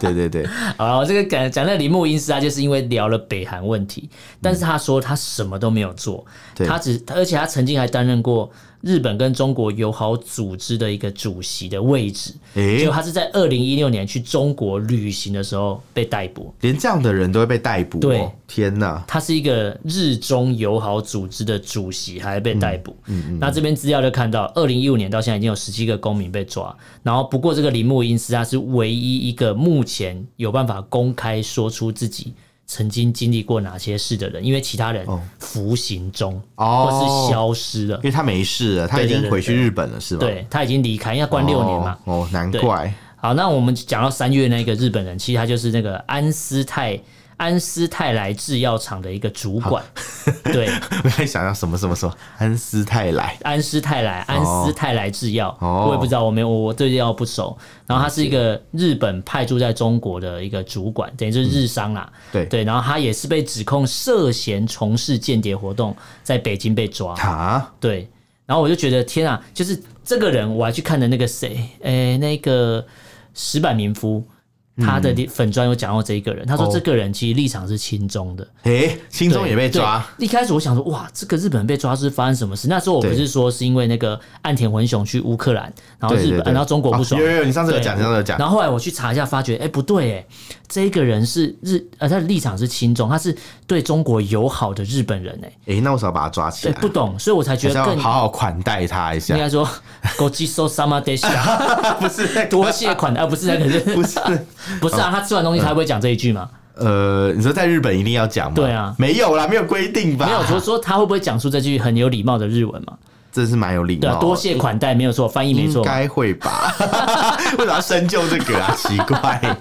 S1: 对对对，
S2: 好了，我这个讲讲那个铃木英司啊，就是因为聊了北韩问题，但是他说他什么都没有做，
S1: 对
S2: 他只而且他曾经还担任过日本跟中国友好组织的一个主席的位置，
S1: 诶
S2: 结果他是在二零一六年去中国旅行的时候被逮捕。
S1: 连这样的人都会被逮捕、哦。
S2: 对
S1: 天哪！
S2: 他是一个日中友好组织的主席，还被逮捕。那这边资料就看到，二零一五年到现在已经有十七个公民被抓。然后，不过这个铃木英司他是唯一一个目前有办法公开说出自己曾经经历过哪些事的人，因为其他人服刑中、
S1: 哦
S2: 或是消失了
S1: 因。为他没事了，他已
S2: 对对
S1: 经
S2: 对
S1: 回去日本了，是吧？，
S2: 对他已经离开，因为他关六年嘛。
S1: 哦，哦难怪。
S2: 好，那我们讲到三月那个日本人，其实他就是那个安斯泰安斯泰来制药厂的一个主管，对，
S1: 我在想要什么什么什么安斯泰莱，
S2: 安斯泰莱，安斯泰莱制药，
S1: 哦
S2: 我也不知道，我没有，我我对这药不熟。然后他是一个日本派驻在中国的一个主管，等于就是日商啦。
S1: 嗯对
S2: 对，然后他也是被指控涉嫌从事间谍活动，在北京被抓。
S1: 啊，
S2: 对，然后我就觉得天啊，就是这个人，我还去看的那个谁，诶、那个石坂明夫。他的粉砖有讲到这一个人，他说
S1: 嗯哦
S2: 这个人其实立场是亲中的，
S1: 诶，心中
S2: 对
S1: 也被抓。。
S2: 对一开始我想说，哇，这个日本人被抓是发生什么事？那时候我不是说是因为那个岸田文雄去乌克兰，然后
S1: 对
S2: 日本，
S1: 对对
S2: 然后中国不爽。
S1: 哦有有有，你上次有
S2: 对
S1: 讲，你上次有讲。
S2: 然后后来我去查一下，发觉哎、不对哎、这个人是日呃他的立场是亲中，他是对中国友好的日本人哎、
S1: 诶，那为什么要把他抓起
S2: 对
S1: 来？
S2: 不懂，所以我才觉
S1: 还是
S2: 得
S1: 要
S2: 更
S1: 啊好好款待他一下
S2: 应。该说 go j i so sama d e s h
S1: 不是那个，
S2: 多谢款待，啊不是那个是
S1: 不是，
S2: 不是啊，他吃完东西他会讲这一句吗？
S1: 呃，你说在日本一定要讲吗？
S2: 对啊
S1: 没有啦，没有规定吧？
S2: 没有，说说他会不会讲出这句很有礼貌的日文嘛？
S1: 这是蛮有礼貌
S2: 对
S1: 的。
S2: 啊，多谢款待没有错，翻译没
S1: 应
S2: 错。
S1: 该会吧？ 为什么要深究这个啊？奇怪，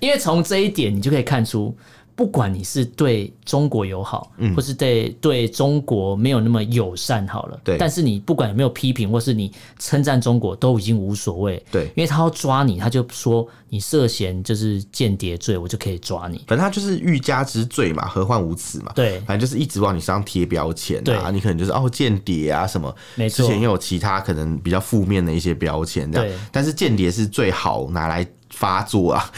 S2: 因为从这一点，你就可以看出，不管你是对中国友好，
S1: 嗯
S2: 或是对对中国没有那么友善好了，
S1: 对
S2: 但是你不管有没有批评，或是你称赞中国，都已经无所谓。
S1: 对
S2: 因为他要抓你，他就说你涉嫌就是间谍罪，我就可以抓你。
S1: 反正他就是欲加之罪嘛，何患无辞嘛。
S2: 对
S1: 反正就是一直往你身上贴标签啊，
S2: 对
S1: 你可能就是哦间谍啊什么。
S2: 没错
S1: 之前也有其他可能比较负面的一些标签这
S2: 对
S1: 样，但是间谍是最好拿来。发作啊，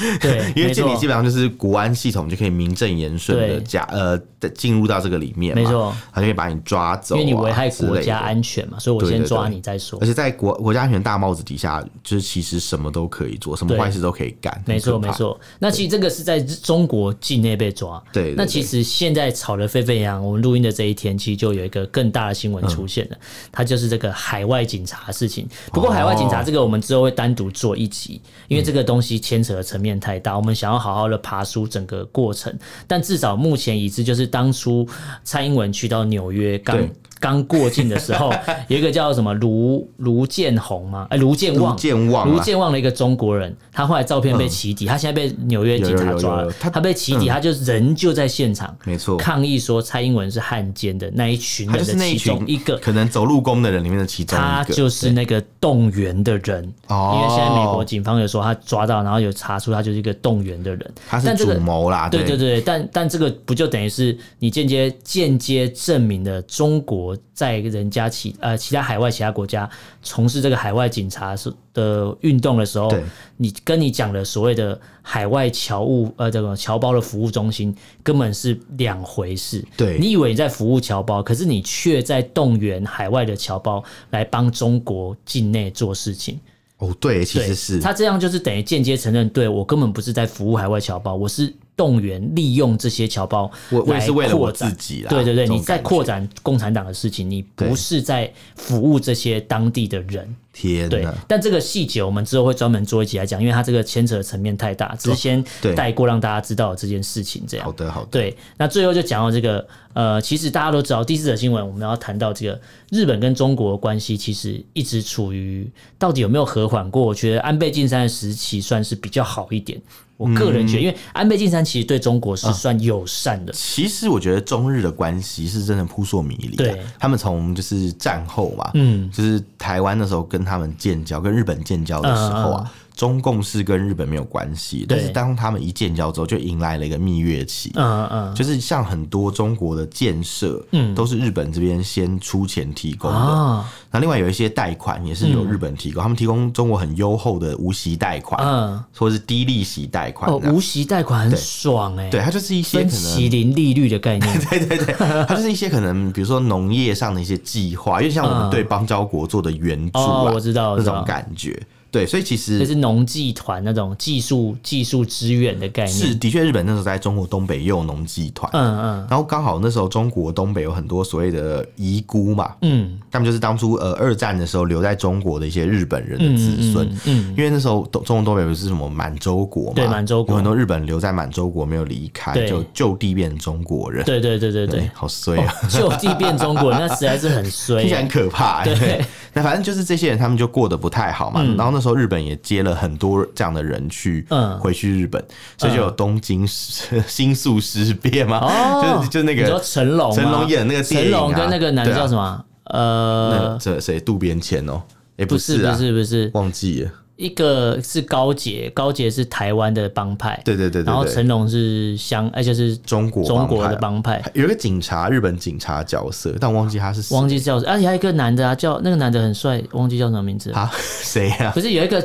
S2: 对
S1: 因为
S2: 没错
S1: 间谍基本上就是国安系统就可以名正言顺的
S2: 对
S1: 加呃的进入到这个里面嘛，
S2: 没错，
S1: 他就可以把你抓走、
S2: 因
S1: 啊，
S2: 为你危害
S1: 之
S2: 国
S1: 类
S2: 家
S1: 的
S2: 安全嘛，所以我
S1: 对
S2: 先
S1: 对
S2: 抓
S1: 对
S2: 你再说
S1: 而。且在国国家安全大帽子底下，就是其实什么都可以做，什么
S2: 对
S1: 坏事都可以干。
S2: 没错
S1: 很可
S2: 没
S1: 怕，
S2: 错，那其实这个是在中国境内被抓。
S1: 对对
S2: 那
S1: 对
S2: 其实现在吵得沸沸扬扬，我们录音的这一天，其实就有一个更大的新
S1: 嗯
S2: 闻出现了，它就是这个海外警察的事情。不
S1: 哦
S2: 过海外警察这个我们之后会单独做一集，因为这个东西牵扯的层面太大，我们想要好好的爬梳整个过程。但至少目前已知，就是当初蔡英文去到纽约刚
S1: 对。
S2: 刚过境的 时候，有一个叫什么卢卢建宏吗？哎、卢建旺，
S1: 卢健忘
S2: 卢
S1: 啊，嗯
S2: 健忘了一个中国人，他后来照片被起底，他现在被纽约警察抓
S1: 有有有
S2: 了
S1: 有。
S2: 他
S1: 他嗯
S2: 被起底，他就人就在现场，
S1: 没错
S2: 抗议说蔡英文是汉奸的那一群
S1: 他
S2: 人
S1: 就
S2: 的
S1: 是那
S2: 其
S1: 一群
S2: 中一个。
S1: 可能走路工的人里面的其中
S2: 他
S1: 一个，
S2: 就是那个动员的人，
S1: 哦
S2: 因为现在美国警方有说他抓到，然后有查出他就是一个动员的人。
S1: 他是
S2: 但这
S1: 主
S2: 个
S1: 谋啦，
S2: 对对
S1: 对
S2: 对，但但这个不就等于是你间接间接证明了中国在人家其呃其他海外其他国家从事这个海外警察是的运动的时候
S1: 对，
S2: 你跟你讲的所谓的海外侨务呃这个侨胞的服务中心根本是两回事。
S1: 对
S2: 你以为你在服务侨胞，可是你却在动员海外的侨胞来帮中国境内做事情。
S1: 哦对，其
S2: 对，
S1: 实是
S2: 他这样就是等于间接承认，对我根本不是在服务海外侨胞，我是动员利用这些侨胞
S1: 我我也
S2: 来
S1: 是为了
S2: 扩
S1: 我
S2: 展
S1: 自己啦，
S2: 对对对，
S1: 这种
S2: 你在
S1: 感觉
S2: 扩展共产党的事情，你不
S1: 对
S2: 是在服务这些当地的人。
S1: 天
S2: 对
S1: 哪，，
S2: 但这个细节我们之后会专门做一集来讲，因为它这个牵扯的层面太大，只是先
S1: 对
S2: 带过让大家知道这件事情这样
S1: 好。的好的，
S2: 对，那最后就讲到这个，呃，其实大家都知道，第四则新闻我们要谈到这个日本跟中国的关系，其实一直处于到底有没有和缓过？我觉得安倍晋三的时期算是比较好一点，我个人
S1: 嗯
S2: 觉得，因为安倍晋三其实对中
S1: 啊
S2: 国是算友善的，
S1: 其实我觉得中日的关系是真的扑朔迷离、啊
S2: 对。
S1: 他们从就是战后嘛，
S2: 嗯，
S1: 就是台湾那时候跟他们建交，跟日本建交的时候啊，中共是跟日本没有关系，
S2: 嗯对
S1: 但是当他们一建交之后，就迎来了一个蜜月期。
S2: 嗯嗯，
S1: 就是像很多中国的建设，
S2: 嗯
S1: 都是日本这边先出钱提供的。
S2: 啊，
S1: 那另外有一些贷款也是由日本提供，他们提供中国很优厚的无息贷款，
S2: 嗯，
S1: 或是低利息贷款
S2: 哦，
S1: 这样。
S2: 无息贷款很爽哎、
S1: 对，它就是一些
S2: 分
S1: 可能
S2: 期零利率的概 念，
S1: 对对对，它就是一些可能，比如说农业上的一些计划，因为像我们对邦交国做的援助啊，
S2: 嗯哦我知道我
S1: 那
S2: 知道
S1: 种感觉。对，所以其
S2: 这
S1: 实
S2: 是农技团那种技术技术支援的概念，
S1: 是的确，日本那时候在中国东北也有农集团，
S2: 嗯嗯
S1: 然后刚好那时候中国东北有很多所谓的遗孤嘛，
S2: 嗯，
S1: 他们就是当初呃二战的时候留在中国的一些日本人的子孙。
S2: 嗯嗯
S1: 因为那时候东中国东北不是什么满洲国嘛，
S2: 对满洲国
S1: 有很多日本留在满洲国没有离开，
S2: 对
S1: 就就地变中国人。
S2: 对对对对对
S1: 哎，。好衰啊！
S2: 就地变中国人，那实在是很衰
S1: 听起来很
S2: 欸。
S1: 可怕、欸。
S2: 对，
S1: 那反正就是这些人，他们就过得不太好嘛。然后那时候日本也接了很多这样的人去、
S2: 嗯
S1: 回去日本，所以就有东京 失新宿事变嘛，
S2: 哦
S1: 就是就那
S2: 你说
S1: 个
S2: 成龙哦吗，
S1: 成龙演的那个电
S2: 成
S1: 影啊
S2: 龙跟那个男的
S1: 对啊
S2: 叫什么？
S1: 那
S2: 呃
S1: 个，这谁渡边谦哦，也、
S2: 不
S1: 是
S2: 是
S1: 啊，
S2: 不是不是，
S1: 忘记了。
S2: 一个是高杰，高杰是台湾的帮派，
S1: 对对对
S2: 然后
S1: 对对。
S2: 成龙是香，哎，就是
S1: 中国
S2: 中国的
S1: 帮啊
S2: 帮派，
S1: 有一个警察，日本警察角色，但我忘记他是谁
S2: 忘记叫，而且还有一个男的啊，叫那个男的很帅，忘记叫什么名字了，
S1: 啊， 谁呀？
S2: 不是有一个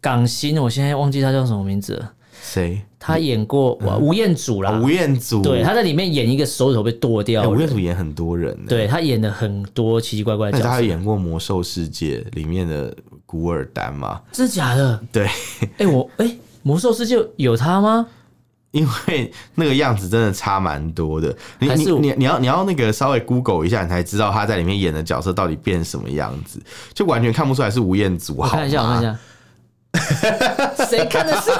S2: 港星，我现在忘记他叫什么名字了，
S1: 谁？
S2: 他演过哇吴彦祖啦
S1: 啊，吴彦祖。
S2: 对，他在里面演一个手指头被剁掉
S1: 哎，
S2: 的，
S1: 吴彦祖演很多人呢。
S2: 对他演的很多奇奇怪怪的
S1: 那
S2: 角
S1: 他
S2: 色，
S1: 有演过《魔兽世界》里面的古尔丹吗？
S2: 真的假的？
S1: 对，
S2: 哎、我哎、魔兽世界有他吗？
S1: 因为那个样子真的差蛮多的。你
S2: 还
S1: 你
S2: 是我
S1: 你你要你要那个稍微 Google 一下，你才知道他在里面演的角色到底变什么样子，就完全看不出来是吴彦祖。
S2: 我看一下，我
S1: 好吗
S2: 看一。下。谁看的是？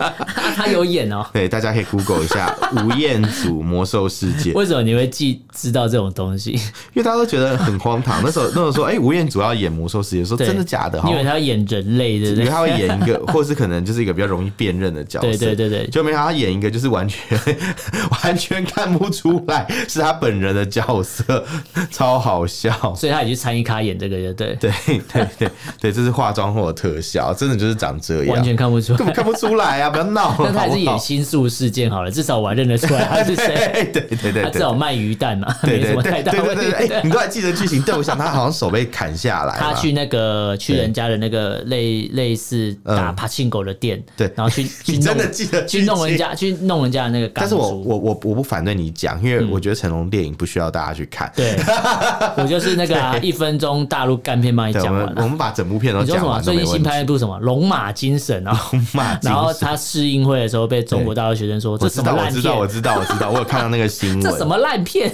S2: 他有演哦、
S1: 对，大家可以 Google 一下吴彦祖《魔兽世界》，
S2: 为什么你会记知道这种东西？
S1: 因为大家都觉得很荒唐。那时候那时候说，哎、吴彦祖要演《魔兽世界》，说
S2: 对
S1: 真的假的？
S2: 你
S1: 好
S2: 以为
S1: 像
S2: 他要演人类，对不
S1: 以为
S2: 对？
S1: 他会演一个， 或是可能就是一个比较容易辨认的角色。
S2: 对对对对，
S1: 就没想到他演一个就是完全 完全看不出来是他本人的角色，超好笑。
S2: 所以他也去参与卡演这个，对不对？
S1: 对对对对，这是化妆后的特效，真的就是长这
S2: 完
S1: 样，
S2: 全看不出
S1: 根本
S2: 来。
S1: 看不出来啊！不要闹 了，
S2: 但他还
S1: 好
S2: 是
S1: 不
S2: 演
S1: 好？
S2: 新宿事件好了，至少我还认得出来他是谁。
S1: 对对对对
S2: 他至
S1: 对。
S2: 少卖鱼蛋嘛，
S1: 对
S2: 没
S1: 对
S2: 什么
S1: 对
S2: 太
S1: 对
S2: 大
S1: 对
S2: 问
S1: 对，哎、
S2: 题。
S1: 你都还记得剧情？对，我想他好像手被砍下来
S2: 他
S1: 嘛，
S2: 去那个去人家的那个类类似打
S1: 嗯
S2: 帕庆狗的店，
S1: 对
S2: 然 后去去
S1: 你
S2: 弄
S1: 真的记得
S2: 去弄
S1: 剧情
S2: 人家去弄人家的那个港
S1: 但
S2: 珠。
S1: 是我我我我不反对你讲，因为我觉得成龙电影不需要大家去看。
S2: 嗯 对，我就是那个、啊、一分钟大陆干片帮你
S1: 对，我
S2: 讲
S1: 们
S2: 完
S1: 我
S2: 了。
S1: 们把整部片都
S2: 你说什
S1: 讲
S2: 么？
S1: 完都
S2: 最
S1: 没
S2: 近
S1: 问
S2: 新
S1: 题。
S2: 拍一部什么《龙马精神》啊？
S1: 骂
S2: 然后
S1: 精神
S2: 他试映会的时候被中国大陆学生说：“这
S1: 我知
S2: 什么
S1: 道，我
S2: 烂
S1: 知道，我
S2: 片？
S1: 知道，我知道，我有看到那个新
S2: 这什
S1: 闻，
S2: 么烂片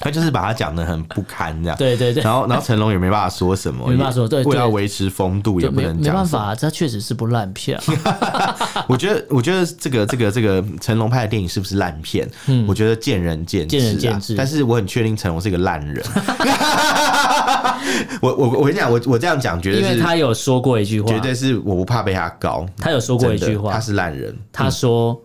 S1: 他就是把它讲的很不堪这样。？”
S2: 对对对，
S1: 然后，然后成龙也没办法说什么，
S2: 没办法说对
S1: 为了
S2: 对
S1: 维持风度也
S2: 就
S1: 不
S2: 没
S1: 能
S2: 没办
S1: 讲什么。
S2: 法，啊这确实是部烂片、啊。
S1: 我觉得，我觉得这个这个这个成龙拍的电影是不是烂片？我觉得见仁见智、啊，
S2: 嗯见仁见智
S1: 但是我很确定成龙是一个烂人。 我我我跟你讲，我我这样讲绝
S2: 因
S1: 对
S2: 为
S1: 是
S2: 他有说过一句话
S1: 绝，对是我不怕被他搞。
S2: 他有说过一
S1: 真的
S2: 句话
S1: 他，是烂人，
S2: 他说：“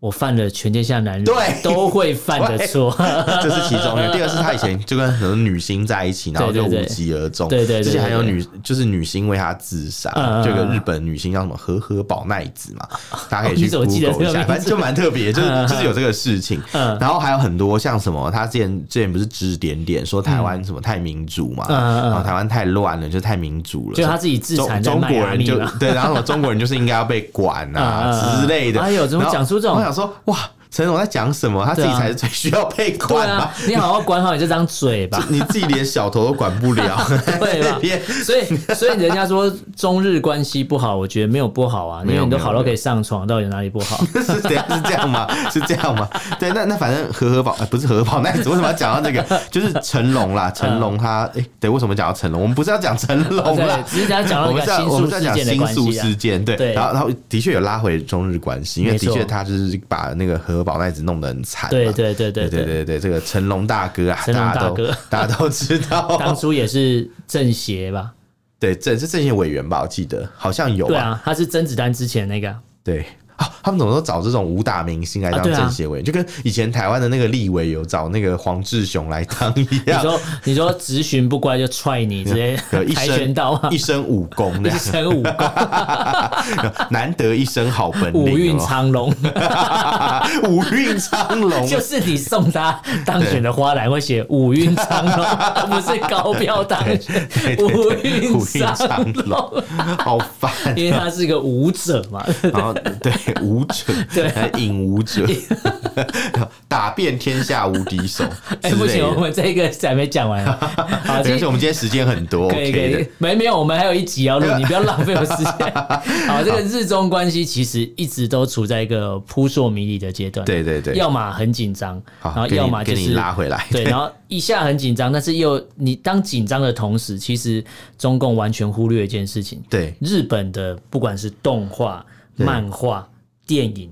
S2: 我犯了全天下男人
S1: 嗯对
S2: 都会犯的错。
S1: 这是其中一 个。第二是他以前就跟很多女星在一起，然后
S2: 对
S1: 就
S2: 对
S1: 无
S2: 对
S1: 疾而终。
S2: 对对对
S1: 之前还有
S2: 对对
S1: 女就是女星为他自杀
S2: 嗯嗯，嗯
S1: 这个日本女星叫什么和和保奈子 嘛，大家可以
S2: 哦你
S1: 去
S2: 怎么记得
S1: Google 一
S2: 这个
S1: 下，
S2: 名字
S1: 反正就蛮特别，就是
S2: 嗯嗯
S1: 就是有这个事情。
S2: 嗯
S1: 然后还有很多像什么，他之前之前不是指指点点说台湾什么太民主嘛，
S2: 嗯嗯嗯
S1: 然后台湾太乱了，就太民主了，
S2: 就他自己自产
S1: 中中
S2: 在迈
S1: 国
S2: 阿
S1: 人
S2: 密
S1: 就
S2: 嘛
S1: 对，然后中国中国人就是应该要被管啊
S2: 嗯嗯嗯
S1: 之类的。
S2: 哎呦怎么
S1: 然后
S2: 讲出这种
S1: 我想说哇。陈总在讲什么？他自己
S2: 对啊
S1: 才是最需要被
S2: 对
S1: 管吧。
S2: 啊？，你好好管好你这张嘴吧
S1: 你自己连小头都管不了，
S2: 对吧
S1: 那边
S2: 所以，所以人家说中日关系不好，我觉得没有不好啊，因
S1: 没有
S2: 为你都
S1: 没有
S2: 好
S1: 没
S2: 到
S1: 有
S2: 可以上床，到底哪里不好？
S1: 是怎样？是这样吗？是这样吗？对，那那反正和和宝、呃不是和和宝，那你为什么要讲到这个？就是成龙啦，成龙他哎、对，为什么讲到成 龙？我们不是要讲成龙啦
S2: 嗯啊对，。只是想讲到
S1: 我
S2: 那
S1: 们
S2: 个
S1: 在
S2: 新
S1: 我
S2: 宿
S1: 们在
S2: 事
S1: 讲
S2: 件的
S1: 新
S2: 关
S1: 宿
S2: 系啊
S1: 事。件，对，
S2: 对
S1: 然后然后的确有拉回中日关系，因为
S2: 没
S1: 的
S2: 错
S1: 确他就是把那个和宝那子弄得很惨嘛，
S2: 对对对
S1: 啊对
S2: 对
S1: 对
S2: 对，
S1: 对对，这个成龙大哥啊，
S2: 成龙
S1: 大家
S2: 大
S1: 都
S2: 哥
S1: 大家都知
S2: 当
S1: 道，
S2: 初也是政协吧？
S1: 对，这是政协委员吧？我记得好像有
S2: 对
S1: 吧？
S2: 啊，他是甄子丹之前那个啊，
S1: 对。啊，他们怎么都找这种武打明星来当
S2: 啊对啊
S1: 政协委员，就跟以前台湾的那个立委有找那个黄志雄来当一
S2: 你
S1: 样，
S2: 说你说执询不乖就踹你，直接
S1: 有一
S2: 跆拳
S1: 身
S2: 道啊
S1: 一，身武 功的
S2: 一，身武 功，
S1: 难得一身好本领，
S2: 五运
S1: 有
S2: 苍龙，
S1: 没有 五运苍龙，啊
S2: 就是你送他当选的花篮会写五运苍龙，不是高标当选
S1: 对对，
S2: 五
S1: 对
S2: 运
S1: 五运
S2: 苍
S1: 苍
S2: 龙，
S1: 龙，好烦。
S2: 因为他是个舞者嘛，
S1: 然后 对舞者，
S2: 对啊
S1: 还引舞 者，打遍天下无敌手
S2: 哎、
S1: 之
S2: 不
S1: 类
S2: 行，我
S1: 的。
S2: 们这个还没讲完。啊 好，
S1: 而
S2: 这
S1: 且我们今天时间很多
S2: 可以可
S1: ，OK 的
S2: 以。，没没有，我们还有一集要 录，你不要浪费我时间。好，这个日中关系其实一直都处在一个扑朔迷离的阶段，
S1: 对对对
S2: 要么很紧张，然
S1: 好，
S2: 后
S1: 给
S2: 要么
S1: 你给
S2: 就
S1: 你
S2: 是
S1: 拉回 来。
S2: 对，然后一下很紧张，但是又你当紧张的同时，其实中共完全忽略一件事情，
S1: 对，
S2: 日本的不管是动画、
S1: 对
S2: 漫画、电影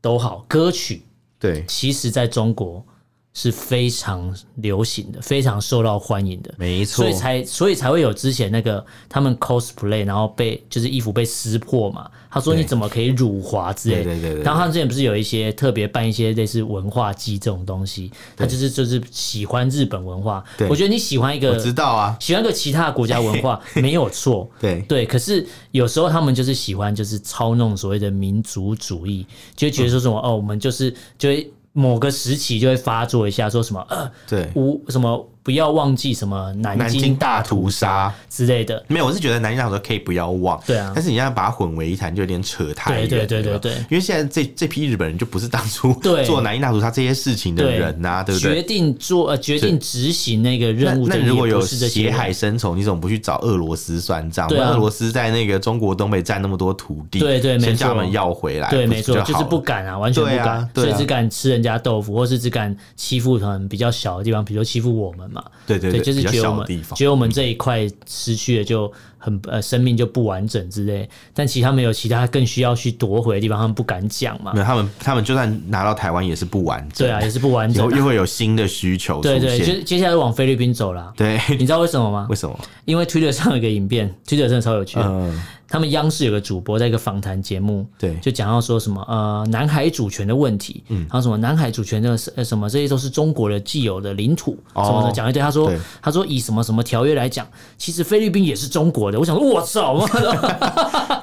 S2: 都好，歌曲
S1: 对，
S2: 其实在中国是非常流行的，非常受到欢迎的。
S1: 没错
S2: 所以。才所以才会有之前那个他们 cosplay，然后被就是衣服被撕破嘛。他说
S1: 对
S2: 你怎么可以辱华之类的。
S1: 对对对对
S2: 然后他们之前不是有一些特别办一些类似文化祭这种东西，他就是就是喜欢日本文化
S1: 对。
S2: 我觉得你喜欢一
S1: 我
S2: 个
S1: 知道啊，
S2: 喜欢一个其他国家 文化没有错。
S1: 对
S2: 对，可是有时候他们就是喜欢就是操弄所谓的民族主义，就会觉得说什
S1: 嗯
S2: 么、哦，我们就是就会某个时期就会发作一下，说什么呃
S1: 对，
S2: 无什么不要忘记什么南
S1: 南
S2: 京
S1: 京
S2: 大
S1: 大
S2: 屠
S1: 屠杀。
S2: 之类的。
S1: 没有，我是觉得南京大屠杀可以不要忘，
S2: 对啊
S1: 但是你现在把它混为一谈，就有点扯太远了。
S2: 对对对对对
S1: 因为现在这这批日本人就不是当初
S2: 对
S1: 做南京大屠杀这些事情的人呐、啊对不
S2: 决
S1: 对？
S2: 定做呃决定执行那个任务
S1: 那
S2: 的
S1: 那如果
S2: 也
S1: 有
S2: 不是这些
S1: 血
S2: 人
S1: 海深仇，你怎么不去找俄罗斯算账？
S2: 对啊
S1: 那俄罗斯在那个中国东北占那么多土地，
S2: 对对没错
S1: 先叫他们要回来，
S2: 对，
S1: 不
S2: 没错，
S1: 就是好
S2: 不
S1: 了
S2: 敢啊，完全不
S1: 对啊
S2: 敢，
S1: 对
S2: 所以
S1: 啊
S2: 只敢吃人家豆腐，或是只敢欺负可能比较小的地方，比如说欺负我们嘛。
S1: 对对对
S2: 就是
S1: 比较
S2: 觉得
S1: 小
S2: 我
S1: 的
S2: 们
S1: 地方嗯
S2: 觉得我们这一块失去了就很呃生命就不完整之类，但其实他们有其他更需要去夺回的地方，他们不敢讲嘛
S1: 没。有他们，他们就算拿到台湾也是不完整，
S2: 对啊，也是不完
S1: 以
S2: 整
S1: 后
S2: 啊、
S1: 又会有新的需求出
S2: 对
S1: 现，
S2: 对，接接下来往菲律宾走了。
S1: 对
S2: 你知道为什么吗
S1: 为？什么？
S2: 因为 Twitter 上有一个影片，Twitter 真的超有趣的。
S1: 嗯，
S2: 他们央视有个主播在一个访谈节目，
S1: 对
S2: 就讲到说什么呃南海主权的问题，嗯，然后什么南海主权的呃什么这些都是中国的既有的领土，
S1: 哦
S2: 什么的讲一堆。他说
S1: 对
S2: 他说以什么什么条约来讲，其实菲律宾也是中国的。我想说，我操，我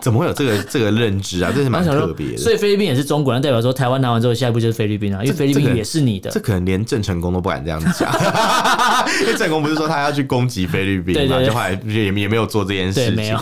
S1: 怎么会有这个这个认知啊？这是蛮
S2: 想
S1: 特
S2: 说
S1: 别，的。
S2: 所以菲律宾也是中国人，代表说台湾拿完之后，下一步就是菲律宾啊，因为菲律
S1: 这
S2: 宾
S1: 个
S2: 也是你的
S1: 这。可能连郑成功都不敢这样讲， 因为郑成功不是说他要去攻击菲律宾
S2: 对
S1: 嘛，
S2: 对对
S1: 就后来也也没有做这件事
S2: 对，
S1: 情。
S2: 没有，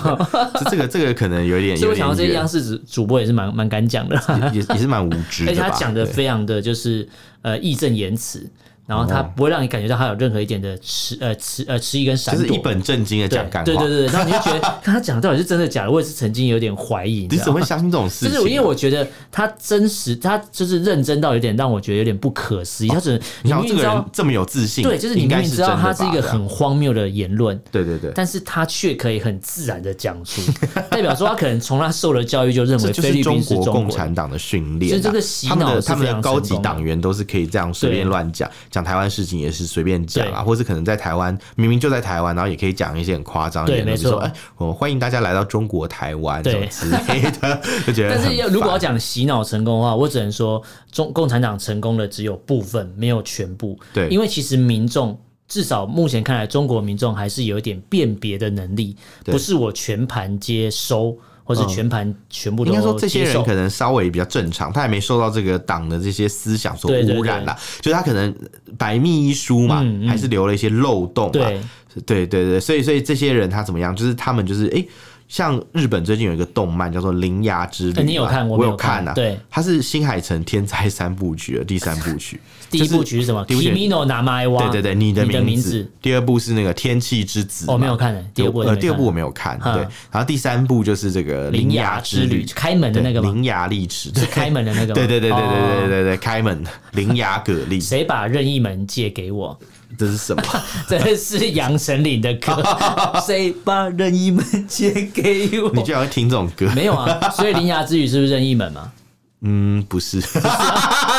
S1: 这这个这个可能有点
S2: 所以
S1: 有
S2: 我想到
S1: 点
S2: 这些
S1: 远
S2: 央，视主主播也是蛮蛮敢讲的啦，
S1: 也也是蛮无知
S2: 而
S1: 的
S2: 且
S1: 吧。
S2: 他讲的
S1: 对
S2: 非常的就是呃义正言辞，然后他
S1: 哦
S2: 不会让你感觉到他有任何一点的迟呃迟呃迟疑跟闪
S1: 就
S2: 躲，
S1: 是一本正经的
S2: 对
S1: 讲干话。
S2: 对对对，对然后你就 觉得看他讲的到底是真的假的，我也是曾经有点怀疑，
S1: 你
S2: 知
S1: 怎么
S2: 道吗
S1: 会相信这种事
S2: 就
S1: 情？啊
S2: 是因为我觉得他真实，他就是认真到有点让我觉得有点不可思议。他只
S1: 哦你
S2: 你
S1: 看
S2: 明
S1: 这
S2: 明
S1: 个
S2: 知
S1: 人
S2: 道，
S1: 这么有自信，
S2: 对，就是你
S1: 应
S2: 明
S1: 该
S2: 明
S1: 是
S2: 知道
S1: 真的
S2: 他是一
S1: 吧
S2: 个
S1: 对啊
S2: 很荒谬的言论，
S1: 对对对，
S2: 但是他却可以很自然的讲出， 代表说他可能从他受的教育就认
S1: 这
S2: 为
S1: 就
S2: 菲律
S1: 是
S2: 宾
S1: 中
S2: 是中
S1: 国
S2: 国
S1: 共
S2: 人
S1: 产党的训练、啊，
S2: 所以这个洗
S1: 他们
S2: 脑
S1: 的
S2: 是
S1: 他们
S2: 非
S1: 的
S2: 常
S1: 高
S2: 成
S1: 级
S2: 功的
S1: 党员都是可以这样随便乱讲，讲台湾事情也是随便讲啊，
S2: 对
S1: 或是可能在台湾明明就在台湾，然后也可以讲一些很夸张的
S2: 对
S1: 言论，
S2: 没
S1: 比如说
S2: 错
S1: 哎，我欢迎大家来到中国台湾什么
S2: 对
S1: 之类的， 就觉得
S2: 但
S1: 很
S2: 是要如果要
S1: 烦
S2: 讲洗脑成功的话，我只能说中共产党成功的只有部分，没有全部。
S1: 对
S2: 因为其实民众至少目前看来，中国民众还是有一点辨别的能力，
S1: 对
S2: 不是我全盘接收，或是全盘全部都
S1: 应该说，这些
S2: 接受
S1: 人可能稍微比较正常，他也没受到这个党的这些思想所
S2: 对对
S1: 污染啦。就是他可能百密一疏嘛，
S2: 嗯嗯
S1: 还是留了一些漏洞嘛。
S2: 对
S1: 对对对，所以所以这些人他怎么样？就是他们就是哎、诶像日本最近有一个动漫叫做《铃芽之旅》
S2: 呃
S1: 嘛，
S2: 你有看过
S1: 我
S2: 我
S1: 有
S2: 有看
S1: 看啊。
S2: 对，
S1: 它是新海诚《天灾三部曲》的第三部曲。
S2: 第一部曲是什么
S1: 第一部曲
S2: ？Kimino n a m a
S1: 对对对，你的
S2: 的
S1: 名
S2: 字。。
S1: 第二部是那个《天气之子》嘛，
S2: 我没有看欸第二部我也
S1: 呃，
S2: 没
S1: 第二
S2: 看
S1: 部我没有看。
S2: 嗯
S1: 对，然后第三部就是这个《
S2: 铃
S1: 芽
S2: 芽之
S1: 旅
S2: 旅》，开门的那个
S1: 对
S2: 吗？
S1: 伶牙俐齿，
S2: 是
S1: 对
S2: 开门的那个 吗？
S1: 对对对对对对对
S2: 哦。
S1: 对对，开门伶牙蛤蜊，
S2: 谁把任意门借给我？
S1: 这是什么？
S2: 这是杨丞琳的 歌。谁把任意门借给我
S1: 你？居然会听这种歌？
S2: 没有啊，所以《铃芽之旅》是不是任意门 嘛？
S1: 嗯，不是，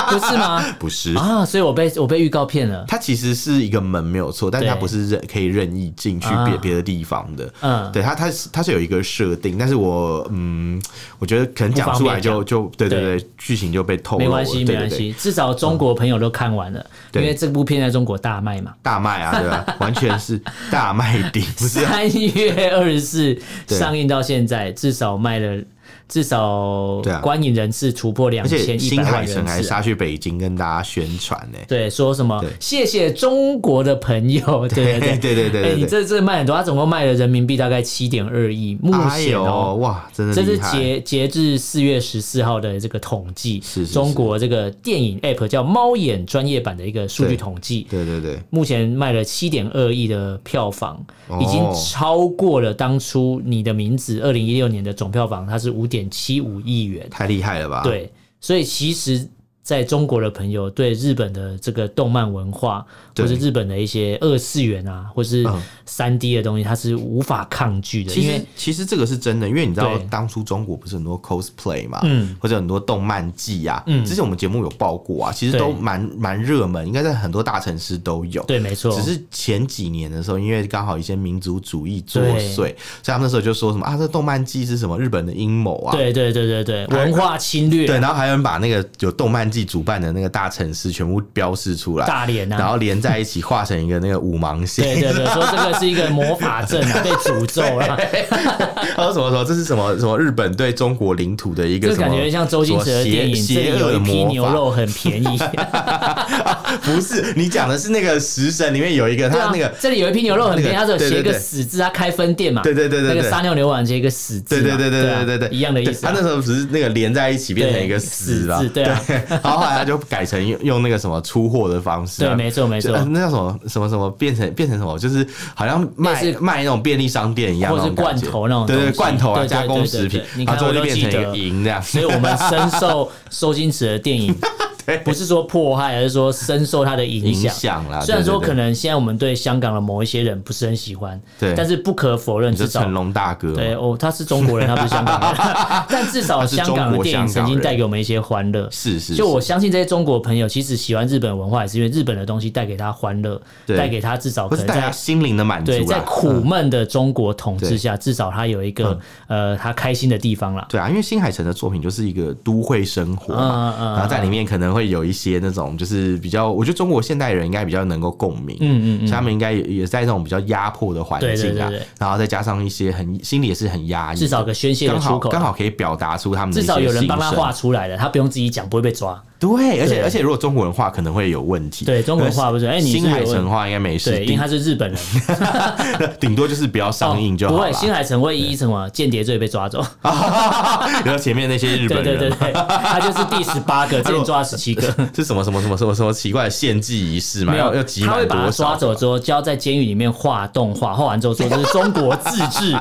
S2: 不是吗？
S1: 不是。
S2: 啊，所以我被我被预告骗了。
S1: 它其实是一个门没有错，但是它
S2: 对
S1: 不是任可以任意进去别
S2: 啊
S1: 别的地方的。
S2: 嗯
S1: 对它它是它是有一个设定，但是我嗯，我觉得可能讲出来就
S2: 不
S1: 就对对对，剧情就被透露
S2: 没
S1: 了，
S2: 关
S1: 对
S2: 系，没
S1: 对
S2: 关
S1: 对，
S2: 系，至少中国朋友都看完了，因
S1: 对
S2: 为这部片在中国大卖嘛。
S1: 大卖啊，对吧？完全是大卖顶，不是啊
S2: 三月二十四
S1: 对
S2: 上映到现在，至少卖了至少
S1: 对啊
S2: 观影人次突破两
S1: 而且
S2: 千一
S1: 新
S2: 百
S1: 海
S2: 万
S1: 诚
S2: 人
S1: 还
S2: 次啊、
S1: 杀去北京跟大家宣传呢、
S2: 对，说什么
S1: 对
S2: 谢谢中国的朋友，对对对。
S1: 对对对
S2: 哎、
S1: 对
S2: 你
S1: 对，
S2: 这这卖很多，它总共卖了人民币大概七点二亿，目
S1: 哎
S2: 前
S1: 呦
S2: 哦、
S1: 哇，真的
S2: 这是
S1: 厉害
S2: 截截至四月十四号的这个统计，
S1: 是是是
S2: 中国这个电影 App 叫猫眼专业版的一个数据统计，
S1: 对对对，
S2: 目前卖了七点二亿的票房，
S1: 哦
S2: 已经超过了当初《你的名字》二零一六年的总票房，它是五点七五亿元。
S1: 太厉害了吧？，
S2: 对，所以其实在中国的朋友对日本的这个动漫文化，
S1: 对
S2: 或是日本的一些二次元啊，或是
S1: 嗯
S2: 三 D 的东西，它是无法抗拒的，
S1: 其
S2: 因为
S1: 实其实这个是真的，因为你知道
S2: 对
S1: 当初中国不是很多 cosplay 嘛，
S2: 嗯
S1: 或者很多动漫季啊，
S2: 嗯
S1: 之前我们节目有报过啊，其实
S2: 对
S1: 都蛮蛮热门，应该在很多大城市都有。
S2: 对，没错，
S1: 只是前几年的时候，因为刚好一些民族主义作祟，
S2: 对
S1: 所以他们那时候就说什么啊，这动漫季是什么日本的阴谋啊，
S2: 对对对对对，文化侵略，
S1: 对，然后还有人把那个有动漫季主办的那个大城市全部标示出来，
S2: 大连
S1: 然
S2: 啊。
S1: 后连在一起画成一个那个五芒星，
S2: 对对对，说这个是一个魔法阵 啊，被诅咒啊，
S1: 然后什么什么，这是什么什么日本对中国领土的一个
S2: 就
S1: 什么，
S2: 感觉像周星驰的电影，
S1: 什
S2: 这
S1: 么邪邪
S2: 里有
S1: 恶
S2: 一批
S1: 魔
S2: 牛
S1: 法
S2: 肉很 便宜，
S1: 不是你讲的是那个食神里面有一个
S2: 对
S1: 他
S2: 啊
S1: 那个，
S2: 这里有一批牛肉很便宜，
S1: 那
S2: 它
S1: 个
S2: 只有写
S1: 对
S2: 一
S1: 对
S2: 个
S1: 对
S2: 死字，它开分店嘛，
S1: 对对对对
S2: 那
S1: 对
S2: 个撒尿牛丸写一个死字
S1: 对
S2: 嘛，
S1: 对对对
S2: 啊
S1: 对对对，
S2: 一样的意思
S1: 对
S2: 啊
S1: 他那。时候只是那个连在一起变成一个死啦
S2: 对死字，对啊
S1: 然后后来他就改成用用那个什么出货的方式啊，
S2: 对，没错没
S1: 就
S2: 错，
S1: 呃那叫什么什么什么变成变成什么，就是好像卖
S2: 类似
S1: 卖那种便利商店一样，
S2: 或是
S1: 那种感觉
S2: 罐头那种
S1: 对
S2: 东
S1: 对
S2: 西
S1: 罐头啊
S2: 对对对
S1: 加工食
S2: 对
S1: 品
S2: 对对，你
S1: 然
S2: 看
S1: 后最后就
S2: 我都
S1: 变
S2: 记
S1: 成一个
S2: 得
S1: 银这样，
S2: 所以我们深 受周星驰的电影
S1: 对，
S2: 不是说迫害，而是说深受它的影
S1: 影
S2: 响。
S1: 响啦。
S2: 虽然
S1: 对对
S2: 说
S1: 对
S2: 可能现在我们对香港的某一些人不是很喜欢，
S1: 对
S2: 但是不可否认，
S1: 你
S2: 至
S1: 是
S2: 少
S1: 成龙大哥嘛，
S2: 对哦，他是中国人，他不是香港人， 但至少
S1: 他是中
S2: 香
S1: 国
S2: 港的电影曾
S1: 香港
S2: 经
S1: 人
S2: 带给我们一些欢乐。
S1: 是是，
S2: 就我
S1: 是
S2: 相信这些中国朋友，其实喜欢日本文化，也是因为日本的东西带给他欢乐，
S1: 对
S2: 带给他至少
S1: 或
S2: 可
S1: 是
S2: 能
S1: 大家
S2: 在
S1: 心灵的满足
S2: 对
S1: 啦
S2: 在苦
S1: 嗯
S2: 闷的中国统治下，至少他有一个呃他开心的地方啦。
S1: 对啊，因为新海诚的作品就是一个都会生活嘛，
S2: 嗯嗯嗯
S1: 然后在里面可能会有一些那种就是比较，我觉得中国现代人应该比较能够共鸣，
S2: 嗯嗯
S1: 所
S2: 嗯
S1: 以他们应该也也在那种比较压迫的环境啊，
S2: 对对对对
S1: 然后再加上一些很心里也是很压抑的，
S2: 至少有个宣泄的
S1: 刚好
S2: 出口啦，
S1: 刚好可以表达出他们的
S2: 至
S1: 一些
S2: 少有人帮
S1: 心
S2: 他
S1: 声
S2: 画出来了，他不用自己讲，不会被抓。
S1: 对，而且
S2: 对
S1: 而且如果中国人画可能会有问题，
S2: 对中国人画不是哎你是
S1: 新海
S2: 有问
S1: 诚画应该没事，
S2: 对，因为
S1: 顶
S2: 他是日 本人，
S1: 顶多就是不要上映就
S2: 哦不
S1: 好
S2: 会
S1: 了。
S2: 新海诚会依什么间谍罪被抓走。
S1: 然后前面那些日
S2: 对
S1: 本
S2: 对对
S1: 人嘛。
S2: 对，他就是第十 八个，之前抓十七个。
S1: 是什么什么什么什么什么奇怪的献祭仪式嘛？
S2: 没有
S1: 要要，集
S2: 他会
S1: 满
S2: 把他
S1: 多
S2: 抓
S1: 少？
S2: 走之后，就要在监狱里面画动画，画完之后说这是中国自治。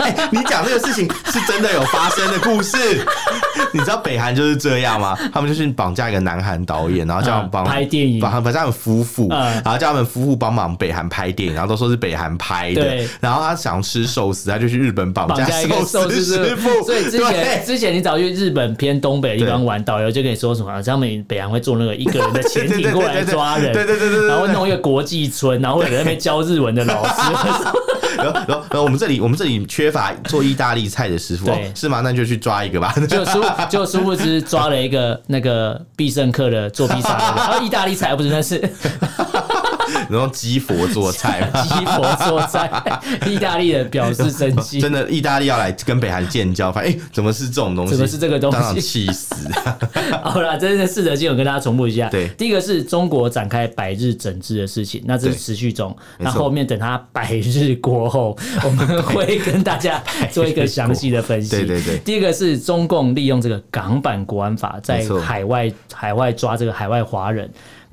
S1: 哎， 你讲这个事情是真的有发生的故事。你知道北韩就是这样 吗？他们就是绑架一个南韩导演，然后叫他们
S2: 嗯
S1: 帮
S2: 拍电影
S1: 帮他们叫他们夫妇，
S2: 嗯
S1: 然后叫他们夫妇帮忙北韩拍电影，然后都说是北韩拍的
S2: 对。
S1: 然后他想吃寿司，他就去日本绑
S2: 绑架一个
S1: 寿
S2: 寿
S1: 师
S2: 司师
S1: 傅。
S2: 傅，所以之前
S1: 对
S2: 之前你早去日本偏东北的地方玩，导游就跟你说什么，啊他们北洋会坐那个一个人的潜
S1: 对对对
S2: 艇过来抓人，
S1: 对对对对对对
S2: 然后弄一个国际村，然后会有人在那边教日文的老师，
S1: 然后然后然后我们这里我们这里缺乏做意大利菜的师傅哦
S2: 对，
S1: 是吗？那就去抓一个吧。
S2: 就殊就殊不知抓了一个那个必胜客的做披萨的人，然后意大利菜不是那是
S1: 然后鸡佛做菜嘛。
S2: 鸡婆做菜，意大利人表示生气，
S1: 真的，意大利要来跟北韩建交，发现哎，怎么是这种东西？
S2: 怎么是这个东西
S1: 当场气 死！
S2: 好啦，真的四则新闻跟大家重复一下。
S1: 对
S2: 第一个是中国展开百日整治的事情，那这是
S1: 对
S2: 持续中。
S1: 错
S2: 那后面等它百日过后，我们会跟 大家做一个详细的分析。
S1: 对对对
S2: 第一个是中共利用这个港版国安法，在
S1: 没错
S2: 海外海外抓这个海外华人。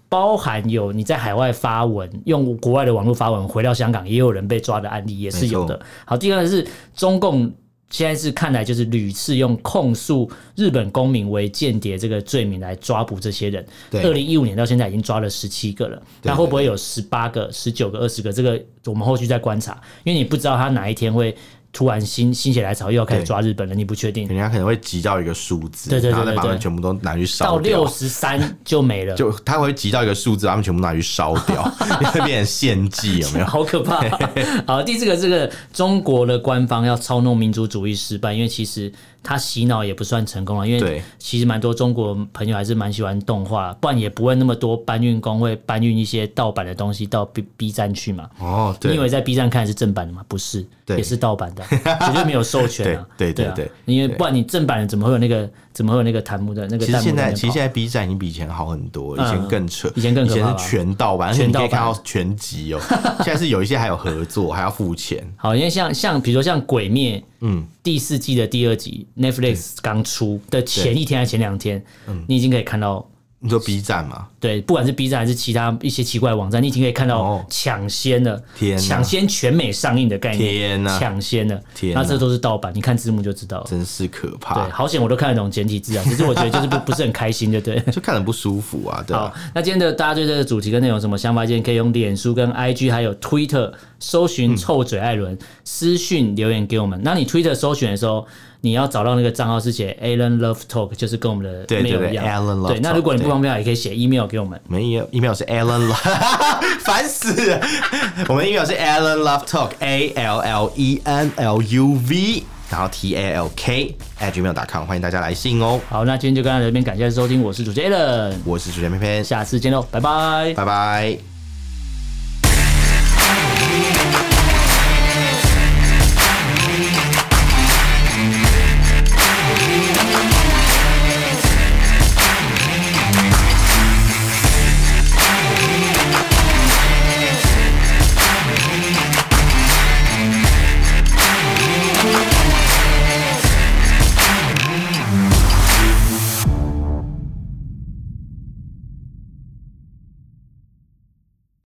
S2: 包含有你在海外发文，用国外的网络发文，回到香港也有人被抓的案例，也是有的
S1: 没。
S2: 好，第二个是中共现在是看来就是屡次用控诉日本公民为间谍这个罪名来抓捕这些人。
S1: 对
S2: 二零一五年到现在已经抓了十七个了，
S1: 对
S2: 那会不会有十八个、十九个、二十个？这个我们后续再观察，因为你不知道他哪一天会突然心心血来潮又要开始
S1: 对
S2: 抓日本人，你不确定。
S1: 人家可能会集到一个数字，
S2: 对对对
S1: 然后再把
S2: 对对
S1: 他们全部都拿去
S2: 到
S1: 烧掉
S2: 六。十三就没了，
S1: 就他会集到一个数字，把他们全部拿去烧掉，因为会变成献祭，有没有？
S2: 好可 怕！好，第四个，这个中国的官方要操弄民族主义失败，因为其实他洗脑也不算成功了，因为
S1: 对
S2: 其实蛮多中国朋友还是蛮喜欢动画，不然也不会那么多搬运工会搬运一些盗版的东西到 B B 站去嘛。
S1: 哦，
S2: 你以
S1: 对
S2: 为在 B 站看的是正版的吗？不是，
S1: 对
S2: 也是盗 版的，绝对没有授权啊！
S1: 对对
S2: 啊
S1: 对对
S2: 因为不然你正版的怎么会有那个怎么会有那个弹幕的那个
S1: 其实
S2: 弹幕
S1: 现
S2: 在那
S1: 在，
S2: 边
S1: 其实
S2: 跑
S1: 现在 B 站已经比以前好很多，以前更扯，
S2: 嗯以前更
S1: 以
S2: 可
S1: 前
S2: 怕吧
S1: 是全盗版，而且你
S2: 全盗
S1: 可以
S2: 版
S1: 看到全集 哦。现在是有一些还有合作，还要付钱。
S2: 好，因为像像比如说像《鬼灭》，嗯，第四季的第二集，Netflix 刚出的前一天还是前两天，
S1: 嗯
S2: 你已经可以看到，
S1: 你说 B 站嘛，
S2: 对，不管是 B 站还是其他一些奇怪的网站，你已经可以看到
S1: 哦
S2: 抢先了，
S1: 天哪
S2: 抢先全美上映的概念，
S1: 天哪
S2: 抢先了，
S1: 天哪
S2: 那这都是盗版，你看字幕就知道了。
S1: 真啊是可
S2: 对，
S1: 怕，
S2: 好险我都看得懂简体字啊，只是我觉得就是不不是很开心，对不对？
S1: 就看得不舒服啊，对吧、
S2: 好，那今天的大家对这个主题跟内容有什么想法？建议可以用脸书、跟 IG 还有 Twitter 搜
S1: 嗯
S2: 寻“臭嘴艾伦”，私讯留言给我们。那你 Twitter 搜寻的时候，你要找到那个账号是写 Alan Love Talk，就是跟我们的
S1: 对
S2: mail
S1: 对对
S2: 一样。
S1: Alan Love
S2: 对，那如果你
S1: Talk，
S2: 不方便，也可以写 email 给我们。
S1: 我们 email email 是 Alan Love，烦死了！我们 email 是 Alan Love Talk A L L E N L U V，然后 T A L K at gmail.com，欢迎大家来信哦。
S2: 好，那今天就跟大家这边感谢收听，我是主持人 Alan，
S1: 我是主持人偏偏，
S2: 下次见喽，拜拜。
S1: 拜拜。